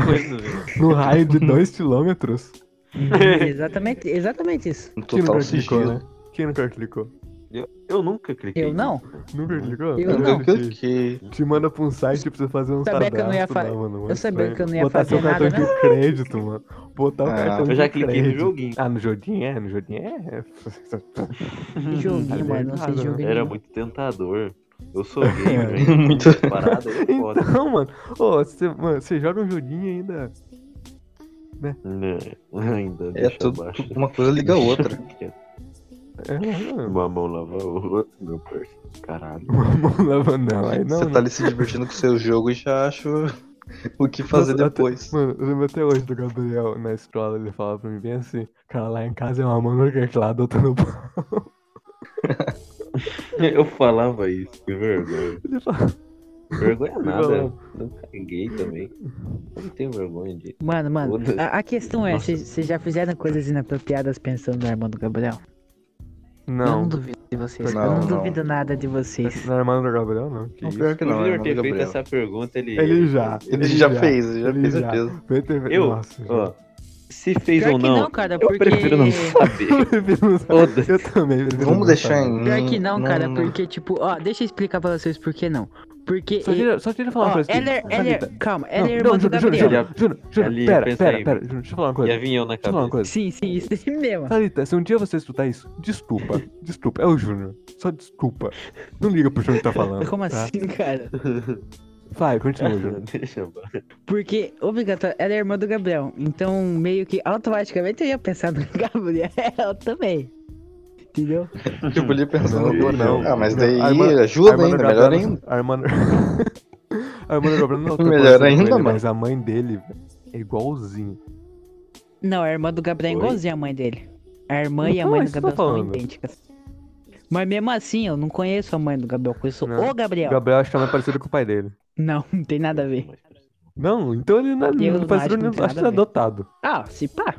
Speaker 4: Coisa, velho.
Speaker 2: No raio de 2km?
Speaker 1: exatamente, exatamente isso.
Speaker 3: Um
Speaker 2: Quem
Speaker 3: total
Speaker 2: nunca clicou,
Speaker 3: sigilo.
Speaker 2: né? Quem nunca clicou?
Speaker 4: Eu nunca cliquei.
Speaker 1: Eu não.
Speaker 2: Nunca clicou?
Speaker 1: Eu
Speaker 2: Tá
Speaker 1: não.
Speaker 2: vendo que
Speaker 3: cliquei.
Speaker 2: Te manda pra um site pra você fazer um
Speaker 1: Sabia que eu não ia
Speaker 2: cadastro
Speaker 1: fa-
Speaker 2: lá, mano, mano,
Speaker 1: eu sabia
Speaker 2: estranho.
Speaker 1: que eu não ia
Speaker 2: Botar seu
Speaker 1: fazer nada, né?
Speaker 2: cartão de crédito, mano. Botar o
Speaker 3: Ah,
Speaker 2: cartão de
Speaker 4: Eu já cliquei no
Speaker 2: crédito.
Speaker 4: joguinho.
Speaker 2: Ah, no joguinho é? No joguinho é?
Speaker 1: Que joguinho, mano. Não sei
Speaker 2: Era
Speaker 1: jogo
Speaker 4: Era
Speaker 1: nenhum.
Speaker 4: muito tentador. Eu sou
Speaker 3: [laughs]
Speaker 4: gay, velho.
Speaker 3: Muito.
Speaker 4: Parada, eu foda.
Speaker 2: Então, mano, ô, você, mano, você joga um joguinho e ainda.
Speaker 4: Não, Né? Ainda,
Speaker 3: É
Speaker 4: deixa
Speaker 3: tudo.
Speaker 4: abaixo.
Speaker 3: Uma coisa liga a outra.
Speaker 2: É, mano,
Speaker 4: [laughs] Uma mão lava a outra, meu parceiro. Caralho.
Speaker 2: [laughs] uma mão lavando. Não, aí não.
Speaker 3: Você
Speaker 2: né?
Speaker 3: tá ali se divertindo com o seu jogo e já acha o que fazer
Speaker 2: Nossa,
Speaker 3: depois.
Speaker 2: Até, mano, eu lembro até hoje do Gabriel na escola, ele falava pra mim bem assim, cara, lá em casa é uma mão no teclado, outra no pau.
Speaker 4: Eu falava isso, que vergonha.
Speaker 2: Ele falava,
Speaker 4: Vergonha
Speaker 2: ele
Speaker 4: nada.
Speaker 2: falava,
Speaker 4: Nunca caguei também. Não tenho vergonha disso.
Speaker 1: Mano, mano,
Speaker 4: Foda-se.
Speaker 1: a, a questão é,
Speaker 4: Nossa.
Speaker 1: vocês já fizeram coisas inapropriadas pensando no irmão do Gabriel? Eu não
Speaker 2: Não,
Speaker 1: duvido de vocês.
Speaker 3: Não,
Speaker 1: eu não,
Speaker 3: não.
Speaker 1: duvido nada de vocês.
Speaker 2: na irmã do Gabriel não, que
Speaker 3: Não,
Speaker 2: isso.
Speaker 3: pior que
Speaker 4: O
Speaker 3: não, é
Speaker 4: Junior
Speaker 3: o
Speaker 4: ter
Speaker 3: Gabriel.
Speaker 4: feito essa pergunta, ele.
Speaker 2: Ele já,
Speaker 3: Ele já fez, ele já fez, certeza.
Speaker 2: Vai ter-
Speaker 4: Eu,
Speaker 2: Nossa, [laughs]
Speaker 4: ó, se fez
Speaker 1: Pior
Speaker 4: ou
Speaker 1: que
Speaker 4: não,
Speaker 1: não, cara,
Speaker 4: [laughs] eu
Speaker 1: porque-
Speaker 4: prefiro não
Speaker 2: eu
Speaker 4: saber.
Speaker 2: prefiro não saber.
Speaker 4: Foda-se.
Speaker 2: Eu também prefiro não
Speaker 3: Vamos deixar
Speaker 2: saber.
Speaker 3: em. um
Speaker 1: Pior que não, cara,
Speaker 2: hum.
Speaker 1: porque, tipo, ó, deixa eu explicar pra vocês por que não. Porque.
Speaker 2: Só queria, só queria falar uma
Speaker 1: Ó,
Speaker 2: coisa. aqui.
Speaker 1: ela, é-
Speaker 2: Sabe,
Speaker 1: ela, é-
Speaker 2: tá-
Speaker 1: calma,
Speaker 2: Não,
Speaker 1: ela é
Speaker 2: não,
Speaker 1: irmã do
Speaker 2: Júnior, Júnior,
Speaker 1: Gabriel.
Speaker 2: Júnior, Júnior, Júnior,
Speaker 4: Ali,
Speaker 2: pera,
Speaker 4: pensa
Speaker 2: pera,
Speaker 4: aí.
Speaker 2: pera, Júnior, deixa eu falar uma coisa.
Speaker 4: Já vinha eu na
Speaker 2: Deixa eu falar uma
Speaker 4: cabeça.
Speaker 1: Sim,
Speaker 2: coisa.
Speaker 1: sim, isso aí
Speaker 2: [laughs]
Speaker 1: mesmo.
Speaker 2: Thalita, se um dia você escutar isso, desculpa. [laughs] Desculpa, é o Júnior. Só desculpa. Não liga pro Júnior que tá falando.
Speaker 1: Como
Speaker 2: tá?
Speaker 1: assim, cara?
Speaker 2: Vai, continua, Júnior.
Speaker 4: Deixa eu falar.
Speaker 1: Porque, obrigatório, ela é irmã do Gabriel. Então, meio que automaticamente eu ia pensar no [laughs] Gabriel também. Entendeu?
Speaker 3: Eu podia pensar no
Speaker 2: Não,
Speaker 3: Gabriel.
Speaker 2: não.
Speaker 3: Ah, mas
Speaker 2: Não,
Speaker 3: daí
Speaker 2: a irmã-
Speaker 3: ajuda
Speaker 2: Armando
Speaker 3: ainda,
Speaker 2: Gabriel-
Speaker 3: melhor ainda.
Speaker 2: Armando... [laughs] Armando Gabriel
Speaker 3: [laughs]
Speaker 2: não é tem
Speaker 3: Melhor
Speaker 2: parecido com
Speaker 3: ainda,
Speaker 2: ele,
Speaker 3: mano.
Speaker 2: Mas a mãe dele velho, é igualzinho.
Speaker 1: Não, a irmã do Gabriel é
Speaker 4: Oi?
Speaker 1: igualzinha a mãe dele. A irmã e a
Speaker 2: Então,
Speaker 1: mãe
Speaker 2: é
Speaker 1: do
Speaker 2: isso que eu
Speaker 1: Gabriel
Speaker 2: tô
Speaker 1: são
Speaker 2: falando.
Speaker 1: idênticas. Mas mesmo assim, eu não conheço a mãe do Gabriel, conheço
Speaker 2: Não.
Speaker 1: o Gabriel.
Speaker 2: Gabriel acho que é mais parecido com o pai dele.
Speaker 1: Não, não tem nada a ver.
Speaker 2: Não, então ele não,
Speaker 1: Eu
Speaker 2: não,
Speaker 1: não
Speaker 2: parece-
Speaker 1: acho que não
Speaker 2: acho
Speaker 1: tem
Speaker 2: que
Speaker 1: nada a
Speaker 2: ele é
Speaker 1: ver.
Speaker 2: adotado.
Speaker 1: Ah, se pá.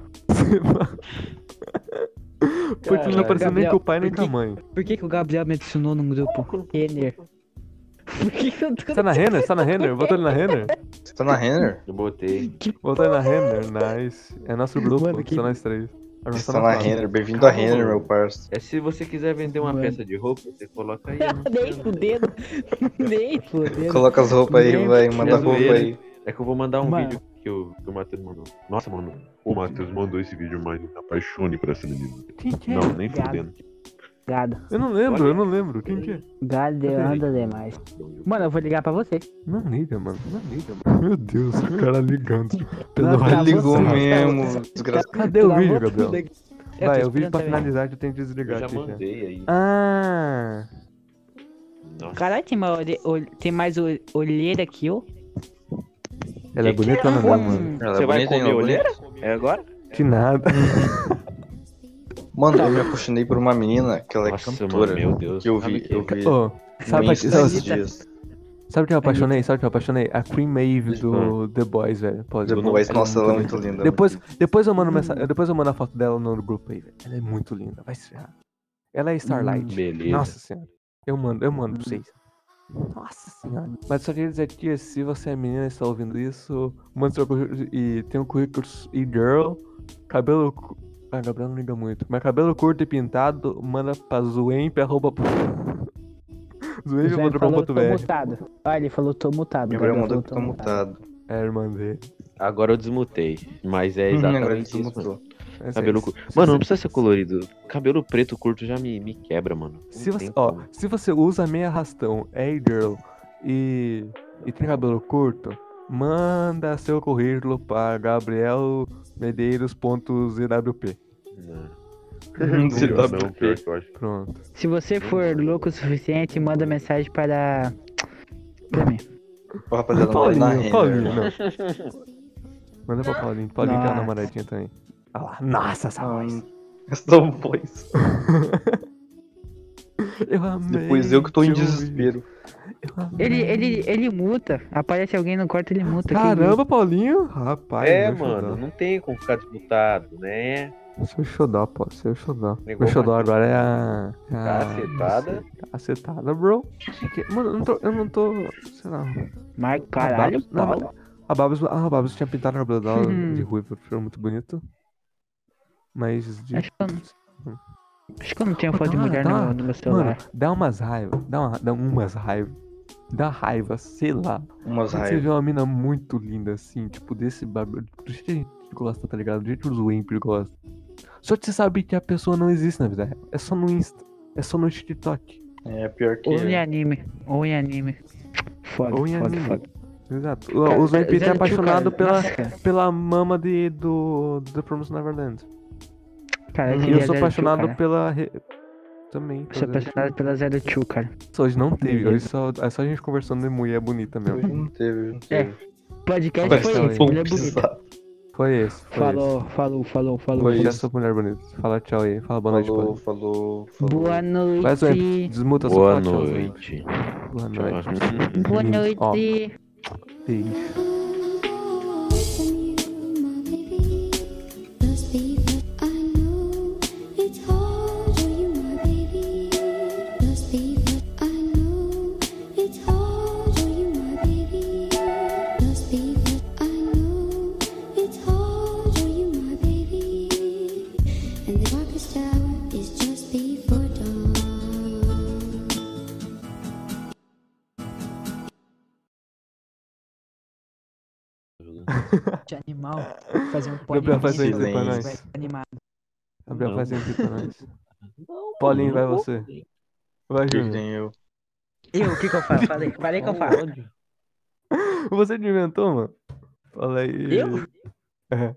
Speaker 2: Porque ele não
Speaker 4: Caralho.
Speaker 2: pareceu nem
Speaker 1: Gabriel,
Speaker 2: com o pai nem
Speaker 1: por
Speaker 2: com a
Speaker 1: que-
Speaker 2: mãe.
Speaker 1: Por que, que o Gabriel me adicionou num grupo? Renner. Por que, que eu tô...
Speaker 2: Você tá na Renner? Você tá na Renner? Botou ele na Renner?
Speaker 3: Você tá na Renner?
Speaker 4: Eu botei.
Speaker 2: Botou ele na Renner? Nice. É nosso grupo,
Speaker 1: Mano, que-
Speaker 2: só nós três. Agora
Speaker 3: Você
Speaker 2: só
Speaker 3: tá
Speaker 2: nós
Speaker 3: na
Speaker 2: quatro.
Speaker 3: Renner, bem-vindo à
Speaker 4: Calma,
Speaker 3: Renner,
Speaker 4: mano.
Speaker 3: meu parça.
Speaker 4: É se você quiser vender uma
Speaker 1: Mano.
Speaker 4: peça de roupa, você coloca aí.
Speaker 1: [laughs] Nem fudendo. Nem fudendo.
Speaker 3: Coloca as roupas aí,
Speaker 1: Bem-
Speaker 3: vai,
Speaker 4: Minha
Speaker 3: manda a roupa aí.
Speaker 4: zoeira. É que eu vou mandar um
Speaker 1: Mano.
Speaker 4: vídeo que o, que o Matheus mandou. Nossa, mano. O Matheus mandou esse vídeo, mas me apaixone por essa menina.
Speaker 2: Quem que é?
Speaker 4: Não, nem
Speaker 1: Obrigado.
Speaker 4: fudendo.
Speaker 1: Gado.
Speaker 2: Eu não lembro, eu não lembro. Quem que é?
Speaker 1: Gado anda demais. Mano, eu vou ligar pra você.
Speaker 2: Não liga, mano. Não liga, mano. Meu Deus, o cara ligando. Pelo
Speaker 1: Não,
Speaker 2: raio
Speaker 1: acabou
Speaker 2: de
Speaker 3: Ligou
Speaker 1: Nossa,
Speaker 2: céu.
Speaker 3: mesmo, desgraçado.
Speaker 2: Cadê o
Speaker 1: Lavou
Speaker 2: vídeo,
Speaker 1: tudo
Speaker 2: Gabriel?
Speaker 1: aqui. Eu
Speaker 2: Vai,
Speaker 1: tô
Speaker 2: o vídeo pra
Speaker 1: esperando também.
Speaker 2: finalizar que eu tenho que
Speaker 4: Eu
Speaker 2: desligar
Speaker 4: já
Speaker 2: aqui. já.
Speaker 4: mandei aí.
Speaker 2: Ah!
Speaker 4: Nossa.
Speaker 1: Caralho, tem, uma olhe- olhe- tem mais olhe- olheira que eu?
Speaker 2: Ela é
Speaker 4: Que que
Speaker 2: bonita, não,
Speaker 1: Hum,
Speaker 2: mano?
Speaker 4: Você vai comer olheira? É agora?
Speaker 2: Que nada.
Speaker 3: Mano,
Speaker 1: Tá.
Speaker 3: eu me apaixonei por uma menina que ela é
Speaker 4: Nossa, mano,
Speaker 3: cantora.
Speaker 4: meu Deus.
Speaker 3: Que eu
Speaker 4: Sabe
Speaker 3: vi, eu vi.
Speaker 2: Ô, sabe,
Speaker 3: no
Speaker 2: pra-
Speaker 3: Insta
Speaker 2: sabe,
Speaker 3: esses dias.
Speaker 2: sabe
Speaker 3: É
Speaker 2: que eu apaixonei? Sabe que eu apaixonei? A Cream Maeve do The Boys, velho. Pô,
Speaker 3: The
Speaker 2: eu não-
Speaker 3: Boys,
Speaker 2: ela é
Speaker 3: nossa, ela é muito linda. Hum.
Speaker 2: Depois, depois, eu mando mensagem, depois eu mando a foto dela no grupo aí, velho. Ela é muito linda, vai se ferrar.
Speaker 3: Hum,
Speaker 2: Ela é Starlight.
Speaker 4: Beleza.
Speaker 2: Nossa senhora. Eu mando, eu mando pra vocês.
Speaker 1: Hum,
Speaker 2: Nossa senhora. Mas só queria dizer que se você é menina e está ouvindo isso, manda seu currículo e tem um currículo e girl, cabelo. cu- Ah, Gabriel não liga muito. Mas cabelo curto e pintado, manda pra zoemp, arroba. [laughs]
Speaker 1: Ele
Speaker 2: zoemp,
Speaker 1: falou, tô
Speaker 2: arroba.br.
Speaker 1: mutado. Ah, ele falou tô mutado.
Speaker 3: Gabriel
Speaker 1: Gabriel
Speaker 3: mandou
Speaker 1: falou,
Speaker 3: que tá mutado.
Speaker 2: É, a irmã dele.
Speaker 4: Agora eu desmutei. Mas é
Speaker 3: Hum, [laughs] Agora ele
Speaker 4: exatamente isso. mano.
Speaker 3: desmutou.
Speaker 2: É só
Speaker 4: Cabelo
Speaker 2: isso.
Speaker 4: curto. Mano, não precisa ser colorido. Cabelo preto curto já me, me quebra, mano. Não
Speaker 2: Se você,
Speaker 4: tem
Speaker 2: ó,
Speaker 4: como.
Speaker 2: se você usa meia arrastão, é girl e, e tem cabelo curto, manda seu currículo para gabrielmedeiros.zwp.
Speaker 4: Não. [laughs]
Speaker 3: Você
Speaker 4: né? Não,
Speaker 3: tá
Speaker 4: não, pior que eu acho.
Speaker 2: Pronto.
Speaker 1: Se você for louco o suficiente, manda mensagem para... Pra mim.
Speaker 3: Ô, rapaziada, não vai na
Speaker 2: Paulinho,
Speaker 3: Renner.
Speaker 2: Paulinho,
Speaker 3: mano. [laughs]
Speaker 2: não.
Speaker 1: [laughs]
Speaker 2: Manda pra Paulinho, Paulinho que é uma
Speaker 1: Nossa.
Speaker 2: namoradinha também. Ah lá, nossa, essa voz.
Speaker 3: Essa voz.
Speaker 2: Eu amei.
Speaker 3: Depois eu que tô em
Speaker 2: te ouvir.
Speaker 3: desespero.
Speaker 2: Hum.
Speaker 1: Ele, ele, ele muta. Aparece alguém no quarto, ele muta. Quem
Speaker 2: Caramba, Paulinho! Rapaz,
Speaker 4: É,
Speaker 2: meu
Speaker 4: mano,
Speaker 2: xodó.
Speaker 4: não tem como ficar disputado, né?
Speaker 2: Seu xodó, pô, seu xodó.
Speaker 4: Negou,
Speaker 2: Meu xodó agora é a. a-
Speaker 4: Cacetada.
Speaker 2: Cacetada, bro. Que- Mano, eu não tô. Eu não tô. Sei lá.
Speaker 1: muta? Mar... Caralho,
Speaker 2: Babs- não,
Speaker 1: Paulo.
Speaker 2: mas A Babs, ah, a Babs tinha pintado a cabelo dela
Speaker 1: Hum.
Speaker 2: de ruivo, ficou muito bonito. Mas. De...
Speaker 1: Acho que eu Acho que eu não tinha
Speaker 2: Pô,
Speaker 1: foto de
Speaker 2: tá,
Speaker 1: mulher
Speaker 2: tá.
Speaker 1: no, no meu
Speaker 2: Mano,
Speaker 1: celular.
Speaker 2: dá umas raivas. Dá, uma, dá umas raivas. Dá raiva, sei lá. Quando
Speaker 3: Umas
Speaker 2: você
Speaker 3: raivas.
Speaker 2: vê uma mina muito linda, assim, tipo, desse barulho. Do jeito que a gente gosta, tá ligado? Do jeito que os Wimper gostam. Só que você sabe que a pessoa não existe na vida real. É só no Insta. É só no TikTok.
Speaker 3: É pior que.
Speaker 1: Ou em anime. Ou em anime. Foda,
Speaker 2: Ou em
Speaker 1: foda,
Speaker 2: anime.
Speaker 1: foda.
Speaker 2: Exato. O- os
Speaker 1: Cara,
Speaker 2: Wimper
Speaker 1: Zero
Speaker 2: é
Speaker 1: Two,
Speaker 2: apaixonado
Speaker 1: cara.
Speaker 2: pela,
Speaker 1: Nossa, cara.
Speaker 2: pela mama de, do The Promised Neverland.
Speaker 1: Cara,
Speaker 3: Eu
Speaker 2: E
Speaker 1: queria
Speaker 2: eu
Speaker 1: Zero
Speaker 2: sou
Speaker 1: Two,
Speaker 2: apaixonado
Speaker 1: é cara. é
Speaker 2: pela. re- Também.
Speaker 1: Eu Sou
Speaker 2: pela-
Speaker 1: apaixonado pela Zero Two, cara.
Speaker 2: Hoje não teve. Hoje só, é só a gente conversando de mulher bonita
Speaker 3: Hoje
Speaker 2: mesmo.
Speaker 3: Não teve, não
Speaker 1: É,
Speaker 3: teve.
Speaker 1: Podcast
Speaker 3: Mas
Speaker 1: foi
Speaker 2: um
Speaker 3: tá
Speaker 1: esse,
Speaker 3: bom,
Speaker 1: mulher bonita.
Speaker 3: precisava.
Speaker 2: Foi esse. Foi esse.
Speaker 1: Falou, falou, falou, falou.
Speaker 2: Foi
Speaker 1: falou.
Speaker 2: essa mulher bonita. Fala tchau aí. Fala boa noite,
Speaker 3: Falou,
Speaker 2: Paulinho.
Speaker 3: falou, falou.
Speaker 1: Boa
Speaker 2: Faz um o
Speaker 1: noite.
Speaker 2: Desmuta só
Speaker 4: Boa
Speaker 2: fala tchau, Zé.
Speaker 4: noite.
Speaker 2: Boa noite.
Speaker 4: Tchau.
Speaker 1: Boa
Speaker 2: Hum, ó.
Speaker 1: noite.
Speaker 2: Beijo.
Speaker 6: And the darkest hour is just before dawn.
Speaker 1: De animal. Fazer um
Speaker 2: Gabriel, faz aí
Speaker 1: podcast.
Speaker 2: pra nós.
Speaker 1: Vai animado.
Speaker 2: Gabriel,
Speaker 4: Não.
Speaker 2: faz aí pra nós. Paulinho, vai você. Vai,
Speaker 3: Que
Speaker 2: Júnior.
Speaker 3: tem eu.
Speaker 1: Eu, o que que eu falo? Falei, falei que eu falo.
Speaker 2: Você que inventou, mano? Fala aí.
Speaker 1: Eu?
Speaker 2: É.